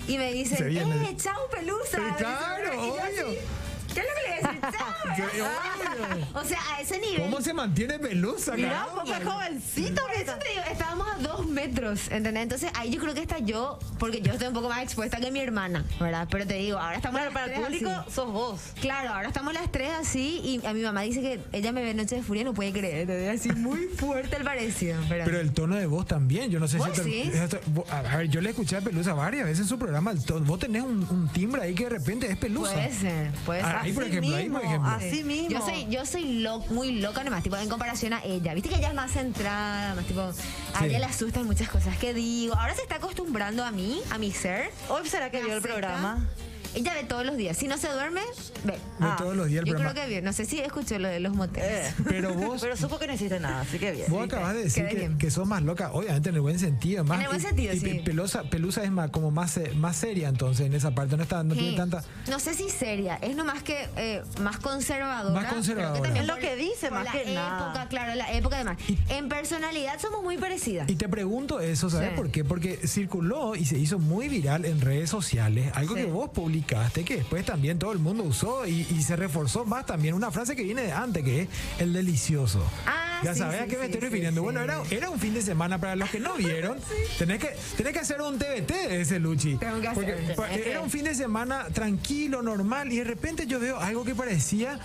Y me dicen, Se viene. ¡eh, chau, pelusa! Sí, claro, Y yo así, obvio. ¿Qué es lo que le voy a decir? ¡Chau! Sí, ¿verdad? O sea, a ese nivel. ¿Cómo se mantiene pelusa, Mirá, caramba? pues. un poco jovencito, Por eso te digo, estábamos a dos metros, ¿entendés? Entonces ahí yo creo que está yo, porque yo estoy un poco más expuesta que mi hermana, ¿verdad? Pero te digo, ahora estamos Claro, las para el tres público así. sos vos. Claro, ahora estamos las tres así y a mi mamá dice que ella me ve en Noche de Furia y no puede creer, ¿entendés? Así muy fuerte el parecido. Pero, Pero el tono de voz también, yo no sé si... ¿Vos decís? esto- vo- a ver, yo le escuché a Pelusa varias veces en su programa. el tono- vos tenés un, un timbre ahí que de repente es Pelusa. puede ser, puede ser. Ahí, por Así ejemplo, ahí, por mismo, ejemplo. Así mismo. Yo soy, yo soy lo- muy loca nomás, tipo, en comparación a ella. Viste que ella es más centrada, más tipo, a Sí. ella le asustan muchas cosas que digo. Ahora se está acostumbrando a mí, a mi ser. Hoy será que Me vio el acepta. programa. Ah, Ella ve todos los días. Si no se duerme, ve. Ve todos los días el Yo programa. creo que vio. No sé si escuchó lo de los moteles. Eh, Pero vos- Pero supo que no hiciste nada, así que bien. Vos acabas de decir quedé que, bien. que sos más loca, obviamente en el buen sentido. Más, En el buen y- sentido, y sí. Pe- Pelusa, Pelusa es más, como más, eh, más seria entonces en esa parte, no, está, no tiene Sí. tanta... No sé si seria, es nomás que eh, más conservadora. Más conservadora. Creo también Es lo por- que dice, por más que la nada. época, claro, la época además. En personalidad somos muy parecidas. Y te pregunto eso, ¿sabes Sí. por qué? Porque circuló y se hizo muy viral en redes sociales, algo Sí. que vos publicaste, que después también todo el mundo usó y, y se reforzó más también una frase que viene de antes, que es el delicioso. Ah, ya sí, sabés sí, a qué me sí, estoy sí, refiriendo. sí. Bueno, era, era un fin de semana para los que no vieron. tenés, que, tenés que hacer un TBT de ese Luchi. Tengo que Porque- hacer. pa- Es que- era un fin de semana tranquilo, normal, y de repente yo veo algo que parecía.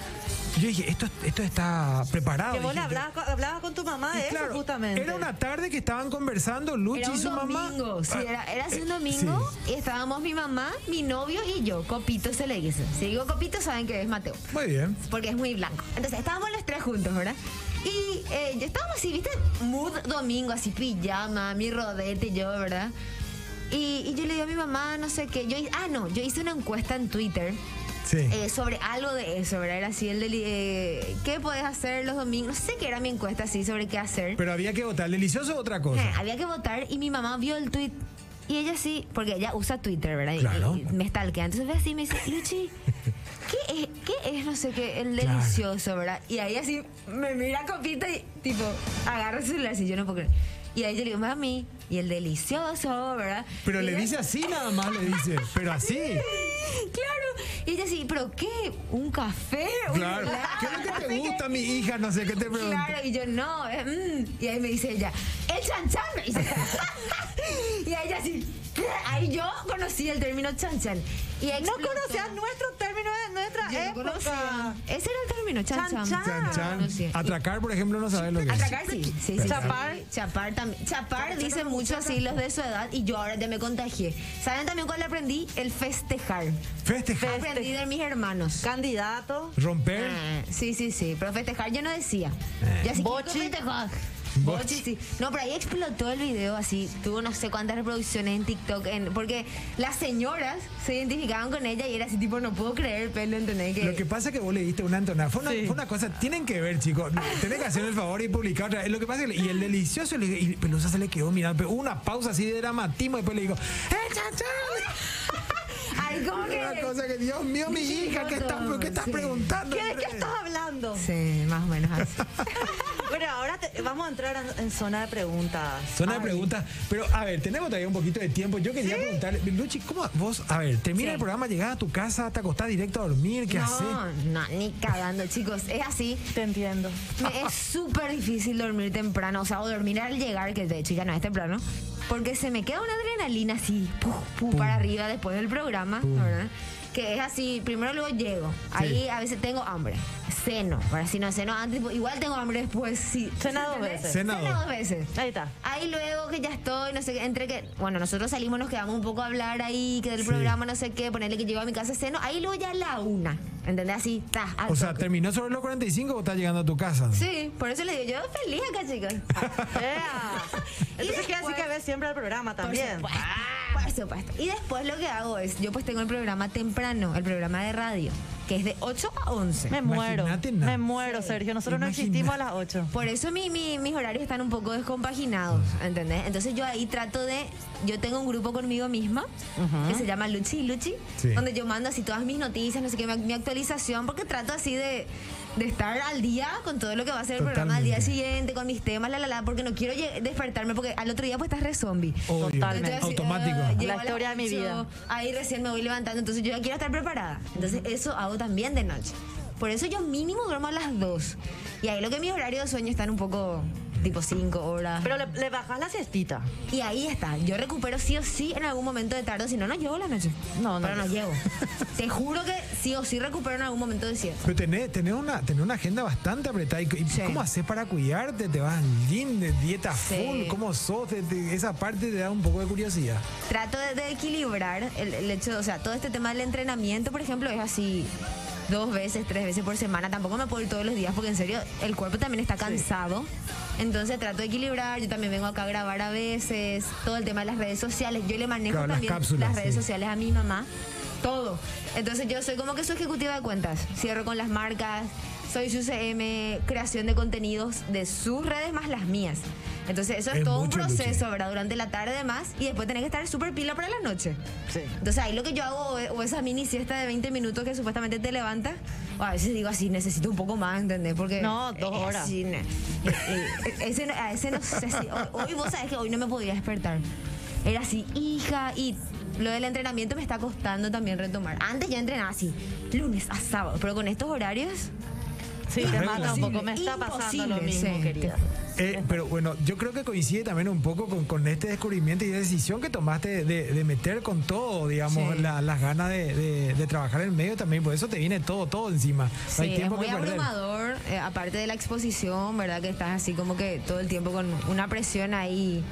Yo dije, esto, esto está preparado. Que vos le dije yo. hablabas, con- hablabas con tu mamá Y de eso claro, justamente. Era una tarde que estaban conversando Luchi Ah, Era y un su mamá. domingo, sí, Ah, era, era así un eh, domingo sí. y estábamos mi mamá, mi novio y yo. Copito se le dice. Si digo Copito, saben que es Mateo. Muy bien. porque es muy blanco. Entonces estábamos los tres juntos, ¿verdad? Y eh, yo estábamos así, ¿viste? Mood domingo, así pijama, mi rodete, yo, ¿verdad? Y, y yo le digo a mi mamá, no sé qué. Yo, hi- ah, no, yo hice una encuesta en Twitter Sí. eh, sobre algo de eso, ¿verdad? Era así el del. eh, ¿Qué podés hacer los domingos? No sé qué era mi encuesta así sobre qué hacer. Pero había que votar. Delicioso es otra Eh, cosa. había que votar y mi mamá vio el tweet. Y ella sí, porque ella usa Twitter, ¿verdad? Y- Claro. y me stalkea. Entonces ve así y me dice, Luchi, ¿qué es, qué es no sé qué, el Claro. delicioso, verdad? Y ahí así me mira copita y tipo, agarra el celular así, yo no puedo creer. Y ahí yo le digo, mami, y el delicioso, ¿verdad? Pero Y le ella- dice así nada más, le dice. Pero así. Claro. Y ella así, ¿pero qué? ¿Un café? ¿Un Claro. helado?" ¿Qué es lo que No te sé qué. gusta, mi hija? No sé qué te pregunto. Claro, y yo no. eh, mm. Y ahí me dice ella, el chanchan. Me dice. y ella así, "¿Qué?". ahí yo conocí el término chanchan. Y No explotó. conocías nuestro término de nuestra Yo no época. conocía. Ese era el término, chanchan. Chanchan. Chan, chan. Ah, No sé. Atracar, por ejemplo, no sabes lo que es. Atracar sí, sí, sí, sí. Chapar. Chapar también. Chapar dice mucho así los de su edad y yo ahora ya me contagié. ¿Saben también cuál aprendí? El festejar. Festejar. Aprendí de mis hermanos. Candidato. Romper. Ah, Sí, sí, sí. Pero festejar yo no decía. Eh. Ya sí, Bochi. ¿quién festeja? Bochi, sí. No, pero ahí explotó el video así. Tuvo no sé cuántas reproducciones en TikTok. en- porque las señoras se identificaban con ella y era así tipo, no puedo creer, pelo, ¿entendés? Que, Lo que pasa es que vos le diste una entonada. Fue una, Sí. fue una cosa, tienen que ver, chicos. Tienen que hacer el favor y publicar otra. vez. Lo que pasa es que, y el delicioso, le dije- y Pelusa se le quedó mirando. pero Hubo una pausa así de dramatismo. y Después le digo, ¡Eh, chan, chan! Ay, ¿cómo que? Una cosa que, Dios mío, mi hija, ¿qué estás, qué estás Sí. preguntando? ¿Qué, ¿De qué estás hablando? Sí, más o menos así. Bueno, ahora te- vamos a entrar en, en zona de preguntas. Son las preguntas, pero a ver, tenemos todavía un poquito de tiempo. Yo quería preguntarle, Luchi, ¿cómo vos, a ver, termina Sí. el programa, llegás a tu casa, te acostás directo a dormir, ¿qué haces? no, no, ni cagando, chicos. Es así. Te entiendo. Me es súper difícil dormir temprano, o sea, o dormir al llegar, que de hecho ya no es temprano, porque se me queda una adrenalina así, puf, puf, para arriba después del programa, ¿verdad? Que es así, primero luego llego, ahí a veces tengo hambre, ceno, ahora si no ceno antes, pues, igual tengo hambre después, sí. Cena dos ¿Entendés? veces. Cena Cena dos. dos veces. Ahí está. Ahí luego que ya estoy, no sé qué, entre que, bueno, nosotros salimos, nos quedamos un poco a hablar ahí, que del programa, no sé qué, ponerle que llego a mi casa ceno, ahí luego ya a la una, ¿entendés? Así, está. O sea, terminó sobre los 45 o estás llegando a tu casa. Sí, por eso le digo, yo feliz acá, chicos. Ea. Y Entonces quiere decir después- que ves siempre el programa Por también. supuesto, por supuesto. Y después lo que hago es, yo pues tengo el programa temprano, el programa de radio, que es de 8 a 11. Me muero. Imagínate nada. Me muero, Sergio. Nosotros no Imagina- existimos a las 8. Por eso mi- mi- mis horarios están un poco descompaginados, ¿entendés? Entonces yo ahí trato de, yo tengo un grupo conmigo misma que se llama Luchi y Luchi, Sí. donde yo mando así todas mis noticias, no sé qué, mi, mi actualización, porque trato así de, de estar al día con todo lo que va a ser el programa al día Totalmente. siguiente, con mis temas, la la la, porque no quiero lle- despertarme, porque al otro día pues estás re zombie. Obvio. Totalmente. Entonces, Automático. ah, llego La a las historia de mi ocho, vida. Ahí recién me voy levantando, entonces yo ya quiero estar preparada. Entonces eso hago también de noche. Por eso yo mínimo duermo a las 2. Y ahí lo que mi horario de sueño están un poco tipo 5 horas. Pero le, le bajas la siestita. y ahí está. Yo recupero sí o sí en algún momento de tarde, si no, no llego la noche. No, no Pero no llego. llego. Te juro que sí o sí recupero en algún momento de siesta. Pero tenés, tenés una, tenés una agenda bastante apretada. ¿Y c- y Sí. cómo haces para cuidarte? ¿Te vas al gym, de dieta Sí. full? ¿Cómo sos? Te- te- esa parte te da un poco de curiosidad. trato de, de equilibrar el, el hecho, o sea, todo este tema del entrenamiento, por ejemplo, es así dos veces, tres veces por semana. Tampoco me puedo ir todos los días porque en serio el cuerpo también está cansado. Entonces trato de equilibrar. Yo también vengo acá a grabar a veces. Todo el tema de las redes sociales. Yo le manejo Claro, las también cápsulas, las redes sí. sociales a mi mamá. todo. Entonces yo soy como que su ejecutiva de cuentas. Cierro con las marcas, soy su CM, creación de contenidos de sus redes más las mías. Entonces eso es, Es todo un mucho, proceso, Luchi. ¿verdad? Durante la tarde más y después tenés que estar súper pila para la noche. Sí. Entonces ahí lo que yo hago o- o esa mini siesta de 20 minutos que supuestamente te levanta, o a veces digo así, necesito un poco más, ¿entendés? Porque No, dos es horas. así, ne- eh, eh, ese no- a ese no sé si- hoy, hoy vos sabés que hoy no me podía despertar. Era así, hija, y lo del entrenamiento me está costando también retomar. Antes ya entrenaba así, lunes a sábado, pero con estos horarios Sí, te mata un imposible, poco. Ah, Me está pasando lo imposible, mismo, sí. querida. Eh, pero bueno, yo creo que coincide también un poco con, con este descubrimiento y decisión que tomaste de, de- de meter con todo, digamos, Sí. la- las ganas de, de- de trabajar en el medio también. Por eso te viene todo, todo encima. No Sí, hay es tiempo muy que perder. abrumador, eh, aparte de la exposición, ¿verdad? Que estás así como que todo el tiempo con una presión ahí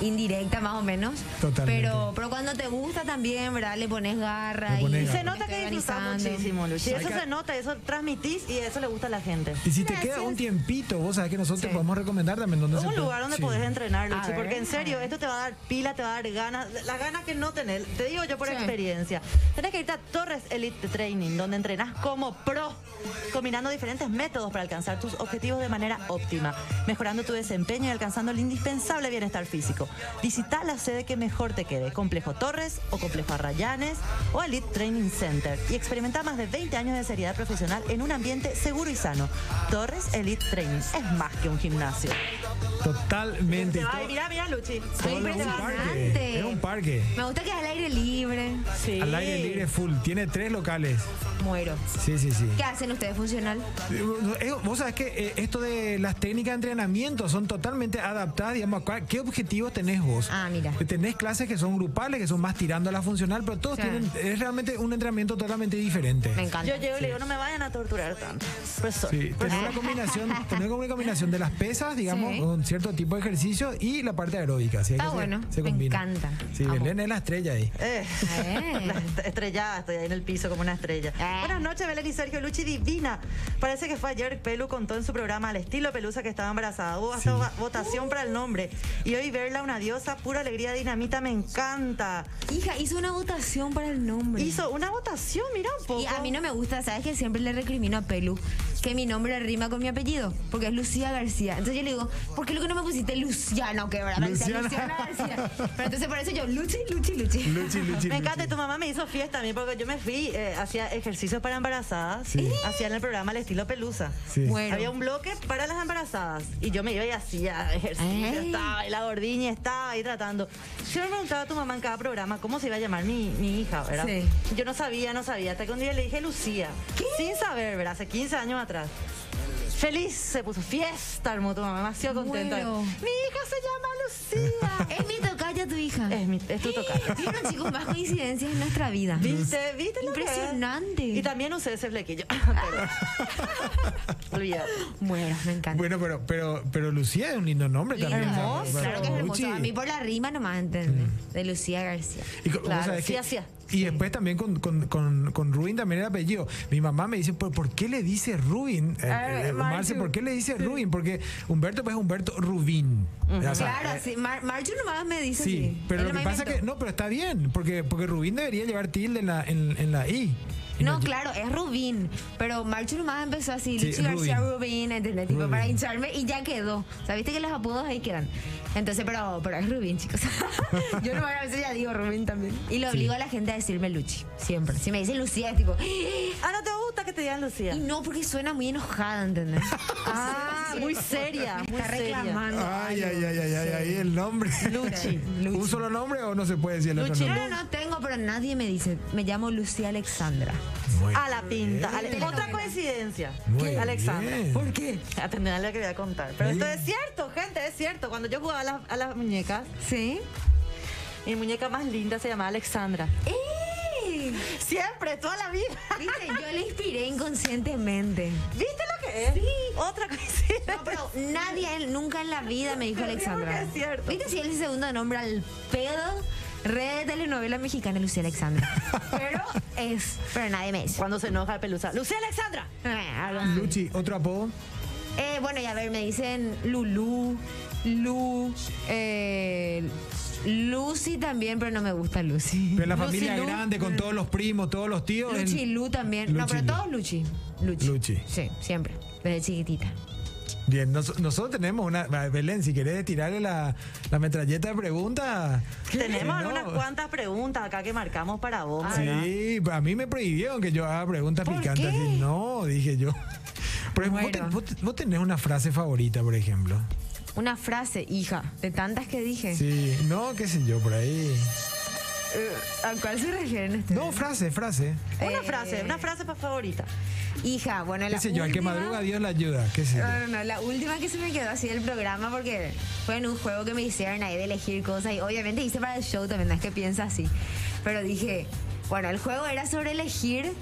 indirecta más o menos. Totalmente. Pero, pero cuando te gusta también, ¿verdad? Le pones garra Le y pones Y Venga. se nota que disfrutas muchísimo, Luchi. Eso se nota, eso transmitís y eso le gusta a la gente. Y si te Gracias. queda un tiempito, vos sabés que nosotros Sí. te podemos recomendar también dónde Es se un puede- lugar donde sí. podés entrenar, A Luchi, ver, porque en serio, a ver. esto te va a dar pila, te va a dar ganas, las ganas que no tenés, te digo yo por Sí. experiencia. Tenés que irte a Torres Elite Training, donde entrenás como pro, combinando diferentes métodos para alcanzar tus objetivos de manera óptima, mejorando tu desempeño y alcanzando el indispensable bienestar físico. Visita la sede que mejor te quede, Complejo Torres o Complejo Arrayanes o Elite Training Center y experimenta más de 20 años de seriedad profesional en un ambiente seguro y sano. Torres Elite Training es más que un gimnasio. Totalmente. Se Y va, todo- mira, mira, Luchi. Soy todo es un parque. impresionante. Es un parque. Me gusta que es al aire libre. Sí. Al aire libre full. Tiene tres locales. Muero. Sí, sí, sí. ¿Qué hacen ustedes funcional? Eh, eh, Vos sabés que eh, esto de las técnicas de entrenamiento son totalmente adaptadas, digamos, a cuál- qué objetivos tenés vos. Eh, Ah, mira. Tenés clases que son grupales, que son más tirando a la funcional, pero todos Sí. tienen, es realmente un entrenamiento totalmente diferente. Me encanta. Yo llego y le digo, no me vayan a torturar tanto. Pues Profesor. Sí, tener una combinación, tener una combinación de las pesas, digamos, Sí. un cierto tipo de ejercicio y la parte aeróbica. así es Está que se- bueno, se me combina. encanta. Sí, Amo. Belén es la estrella ahí. Eh, Eh. est- Estrellada, estoy ahí en el piso como una estrella. Eh. Buenas noches, Belén y Sergio Luchi Divina. Parece que fue ayer Pelu contó en su programa al estilo Pelusa que estaba embarazada. Hubo hasta va- votación para el nombre. Y hoy verla una diosa, pura alegría dinamita, me encanta. Hija, hizo una votación para el nombre. Hizo una votación, mira un poco. Y a mí no me gusta, ¿sabes? Que siempre le recrimino a Pelu que mi nombre rima con mi apellido, porque es Lucía García. Entonces yo le digo, ¿por qué lo que no me pusiste Luciano? Que verdad, Luciana. Luciana. Luciana García. Pero entonces por eso yo, Luchi, Luchi, Luchi. Luchi, Luchi, Me encanta, y Luchi. tu mamá me hizo fiesta a mí porque yo me fui, eh, hacía ejercicios para embarazadas, Sí. hacía en el programa al estilo pelusa. Sí. Bueno. Había un bloque para las embarazadas y yo me iba y hacía ejercicio, Ay. estaba y la gordiña estaba ahí tratando. Yo le preguntaba a tu mamá en cada programa cómo se iba a llamar mi, mi hija, ¿verdad? Sí. Yo no sabía, no sabía, hasta que un día le dije Lucía, sin saber, ¿verdad? Hace 15 años atrás. Feliz, se puso fiesta, hermoso, tu mamá, demasiado contenta. Muero. Mi hija se llama Lucía. Es mi tocaya tu hija. Es mi- es tu tocaya. Vieron, chicos, más coincidencias en nuestra vida. ¿Viste? ¿Viste lo que es? Impresionante. Y también usé ese flequillo. Pero- Olvídate. Bueno, me encanta. Bueno, pero, pero, pero Lucía es un lindo nombre también. Lindo. hermoso. ¿sabes? Claro que es Luchi. hermoso. A mí por la rima nomás, ¿entendés? De Lucía García. Y co- vos Claro, sabés sí que- hacía. Y después también con, con, con, con Rubin también el apellido. Mi mamá me dice, ¿por, por qué le dice Rubin? Eh, Ah, eh, Marce, Marcio. ¿por qué le dice Rubin? Porque Humberto pues es Humberto Rubin. O sea, Claro, eh, sí. Mar Marchu nomás me dice Sí, así. pero Él lo que nomás pasa inventó. que no, pero está bien, porque porque Rubín debería llevar tilde en la en, en la i. Y No, lle- claro, es Rubín. Pero Marchu nomás empezó así, Sí, Luchi García Rubín. Rubín, ¿entendés? Tipo, Rubín. para hincharme y ya quedó. O sea, viste que los apodos ahí quedan. Entonces, pero, pero es Rubín, chicos. Yo no, a veces ya digo Rubín también. Y lo obligo a la gente a decirme Luchi, siempre. Si me dice Lucía, es tipo, "Ah". Ah, ¿no te gusta que te digan Lucía? y no, porque suena muy enojada, ¿entendés? Ah, muy seria, Me muy está seria. reclamando. Ay, ay, algo. ay, ay, ay, ay, el nombre. Luchi, ¿Un solo nombre o no se puede decir el otro Luchi. No, nombre? no, no tengo, pero nadie me dice. Me llamo Lucía Alexandra. Muy A la pinta. Ale- Telenovela. Otra coincidencia. Muy ¿Qué, Alexandra. bien. ¿Por qué? Atender a lo que voy a contar. Pero esto es cierto, gente, es cierto. Cuando yo jugaba a las, a las muñecas, ¿Sí? mi muñeca más linda se llamaba Alexandra. ¡Eh! Siempre, toda la vida. Viste, yo le inspiré inconscientemente. ¿Viste lo que es? Sí. Otra coincidencia. No, pero nadie, él, nunca en la vida me dijo Pero Alexandra. creo que es cierto. ¿Viste si él es el segundo nombre al pedo? Red de telenovela mexicana Lucía Alexandra. Pero es, pero nadie me dice. Cuando se enoja Pelusa. Lucía Alexandra. Eh, algo así. Luchi, otro apodo. Eh, bueno, y a ver, me dicen Lulú, Lu, eh, Lucy también, pero no me gusta Lucy. Pero la Lucy familia Lu- grande, con todos los primos, todos los tíos. en- Luchi Lu también. no, Luchi pero Lu. todos Luchi. Luchi. Luchi. Sí, siempre. Desde chiquitita. Bien, nos- nosotros tenemos una. Belén, si querés tirarle la, la metralleta de preguntas. Tenemos No. Ah, unas cuantas preguntas acá que marcamos para vos. ¿verdad? Sí, pues, a mí me prohibieron que yo haga preguntas Ah, ¿Por picantes. qué? Y No, dije yo. Por ejemplo, vos, Bueno. ten- vos te- vos tenés una frase favorita, por ejemplo. Una frase, hija, de tantas que dije. Sí, no, qué sé yo, por ahí. Eh, ¿A cuál se refieren ustedes? No, frase, frase. Una Eh. frase, una frase pa- favorita. Hija, bueno, la Qué sé yo, al que última- Ah, madruga Dios la ayuda, qué sé yo. No, no, no, la última que se me quedó así del programa porque fue en un juego que me hicieron ahí de elegir cosas y obviamente hice para el show también, no es que piensa así. Pero dije, bueno, el juego era sobre elegir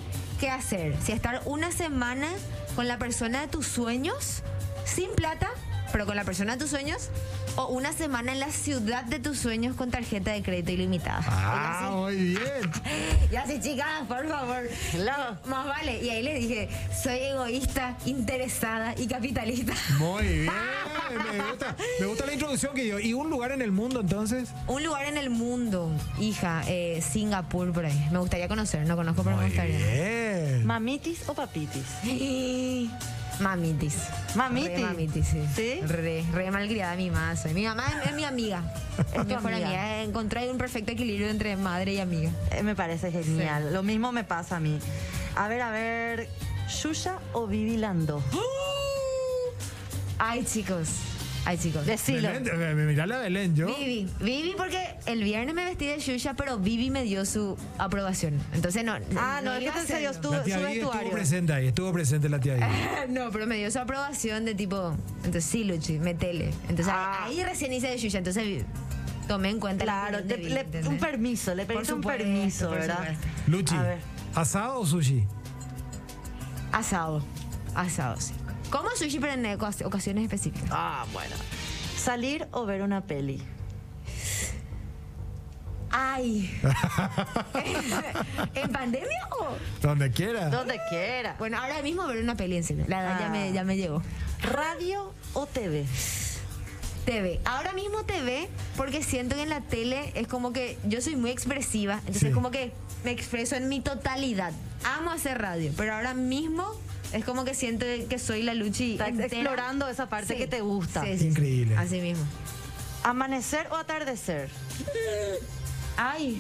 qué hacer. Si estar una semana con la persona de tus sueños, sin plata, pero con la persona de tus sueños, o una semana en la ciudad de tus sueños con tarjeta de crédito ilimitada. Ah, muy bien. Ya sí, chicas, por favor. Claro. Más vale. Y ahí le dije, soy egoísta, interesada y capitalista. Muy bien. Me gusta, me gusta la introducción que dio. ¿Y un lugar en el mundo entonces? Un lugar en el mundo, hija, eh, Singapur por ahí. Me gustaría conocer, no conozco, pero me Muy gustaría. bien. ¿Mamitis o papitis? Mamitis. Mamitis. Re mamitis, sí. ¿Sí? Re, re malcriada mi mamá soy. Mi mamá es, es mi amiga. Es mi tu mejor amiga. amiga. Encontré un perfecto equilibrio entre madre y amiga. Eh, me parece genial. Lo mismo me pasa a mí. A ver, a ver. ¿Shusha o Vivilando? Ay, chicos. Ay, chicos. Decilo. Belén, eh, me mirá la Belén, yo. Vivi, Vivi porque el viernes me vestí de Shusha, pero Vivi me dio su aprobación. Entonces no. Ah, no, es que iba a te enseñó hacerlo. tú La tía su Vivi estuvo vestuario. presente ahí, estuvo presente la tía Vivi. No, pero me dio su aprobación de tipo, entonces sí, Luchi, metele. Entonces Ah. ahí, ahí recién hice de Yuya, entonces vi- tomé en cuenta. la Claro, opinión de te- Vivi, le- ¿entendés? un permiso, le Por pediste un supuesto, permiso, por ¿verdad? supuesto. Luchi, A ver. ¿asado o sushi? Asado, asado, sí. Como sushi, pero en eh, ocas- ocasiones específicas. Ah, bueno. ¿Salir o ver una peli? Ay. ¿En pandemia o...? Donde quiera. Donde quiera. Bueno, ahora mismo ver una peli en serio. La edad ya, Ah. me, ya me llegó. ¿Radio o TV? TV. Ahora mismo TV, porque siento que en la tele es como que yo soy muy expresiva, entonces Sí. es como que me expreso en mi totalidad. Amo hacer radio, pero ahora mismo es como que siento que soy la Luchi. Estás entera. explorando esa parte que te gusta. Increíble. Así mismo. ¿Amanecer o atardecer? Ay.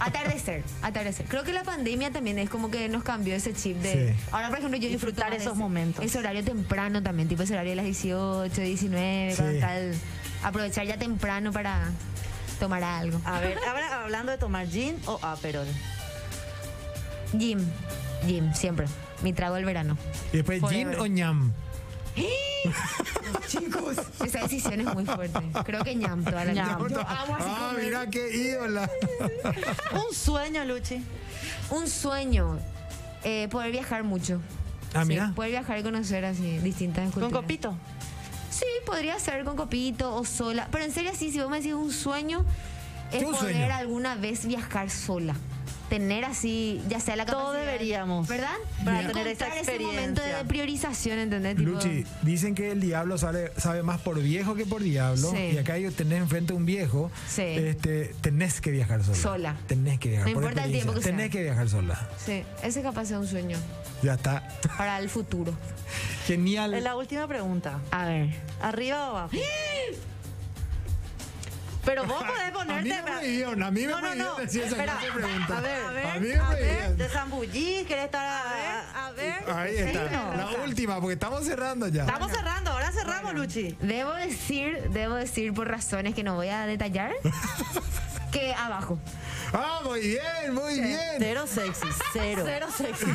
Atardecer, atardecer. Creo que la pandemia también es como que nos cambió ese chip de... Sí. Ahora, por ejemplo, yo disfruto Disfrutar más de esos ese- momentos. Ese horario temprano también, tipo ese horario de las 18, 19, Sí. cuando está el- Aprovechar ya temprano para tomar algo. A ver, ahora hablando de tomar gin o aperol. Jim, Jim, siempre. Mi trago del verano. Y después, Forever. gin o ñam. Chicos. Esa decisión es muy fuerte. Creo que ñam toda la vida. Ñam. Yo amo así ah, comer. mira qué ídola. Un sueño, Luchi. Un sueño. eh, poder viajar mucho. Ah, Sí, mira. Poder viajar y conocer así distintas Con culturas. copito. Sí, podría ser con copito o sola. Pero en serio, sí, si vos me decís un sueño, es ¿Qué un poder sueño? alguna vez viajar sola. Tener así, ya sea la capacidad. Todo deberíamos. ¿Verdad? Para Y tener esa encontrar ese momento experiencia. de priorización, ¿entendés? Tipo- Luchi, dicen que el diablo sabe, sabe más por viejo que por diablo. Sí. Y acá yo tenés enfrente a un viejo. Sí. Este, tenés que viajar sola. Sola. Tenés que viajar. No por importa el tiempo que experiencia. Tenés sea. que viajar sola. Sí, ese capaz es un sueño Ya está. para el futuro. Genial. Es La última pregunta. A ver. ¿Arriba o abajo? Pero vos podés A mí ponerte. me prohibieron, a mí me no, no, no. prohibieron decir esa Espera, clase de pregunta. A ver, A a ver, ver. A mí me prohibieron. Te zambullís, querés estar. A, ver, a ver. Ahí está. Sí, no. La última, porque estamos cerrando ya. Estamos cerrando, ahora cerramos, Luchi. Debo decir, debo decir por razones que no voy a detallar, que abajo. Ah, muy bien, muy bien. Cero sexy, cero. Cero sexy.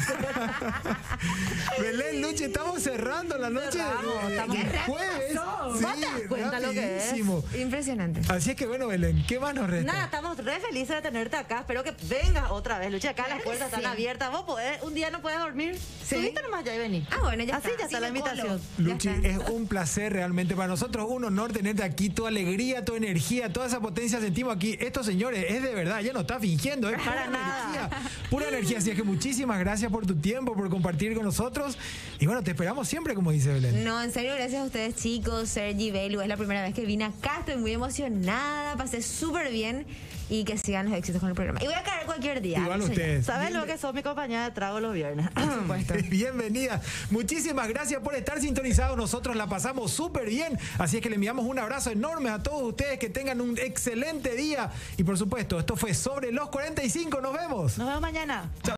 Belén, Luchi, estamos cerrando la noche. Cerramos, de- estamos- de ¡Qué jueves. rapazón! Sí, ¿Vos te das cuenta lo que es? rapidísimo. Impresionante. Así es que bueno, Belén, ¿qué más nos resta? Nada, estamos re felices de tenerte acá. Espero que vengas otra vez, Luchi. Acá las que puertas sí. están abiertas. Vos podés, un día no podés dormir. Sí. Subiste nomás ya y vení. Ah, bueno, ya Así está. ya Así está la me colo. invitación. Luchi, Ya está. es un placer realmente para nosotros, un honor tenerte aquí, tu alegría, tu energía, toda esa potencia sentimos aquí. Estos señores, es de verdad, ya no está fingiendo, es Para pura nada. energía. Pura energía. Así es que muchísimas gracias por tu tiempo, por compartir con nosotros. Y bueno, te esperamos siempre, como dice Belén. No, en serio, gracias a ustedes chicos, Sergi, Belu, es la primera vez que vine acá, estoy muy emocionada, pasé súper bien y que sigan los éxitos con el programa. Y voy a caer cualquier día. Igual no sé yo. ustedes. ¿Sabes lo que sos mi compañera de trago los viernes? Bienvenida. Muchísimas gracias por estar sintonizados. Nosotros la pasamos súper bien. Así es que le enviamos un abrazo enorme a todos ustedes. Que tengan un excelente día. Y por supuesto, esto fue Sobre los 45. Nos vemos. Nos vemos mañana.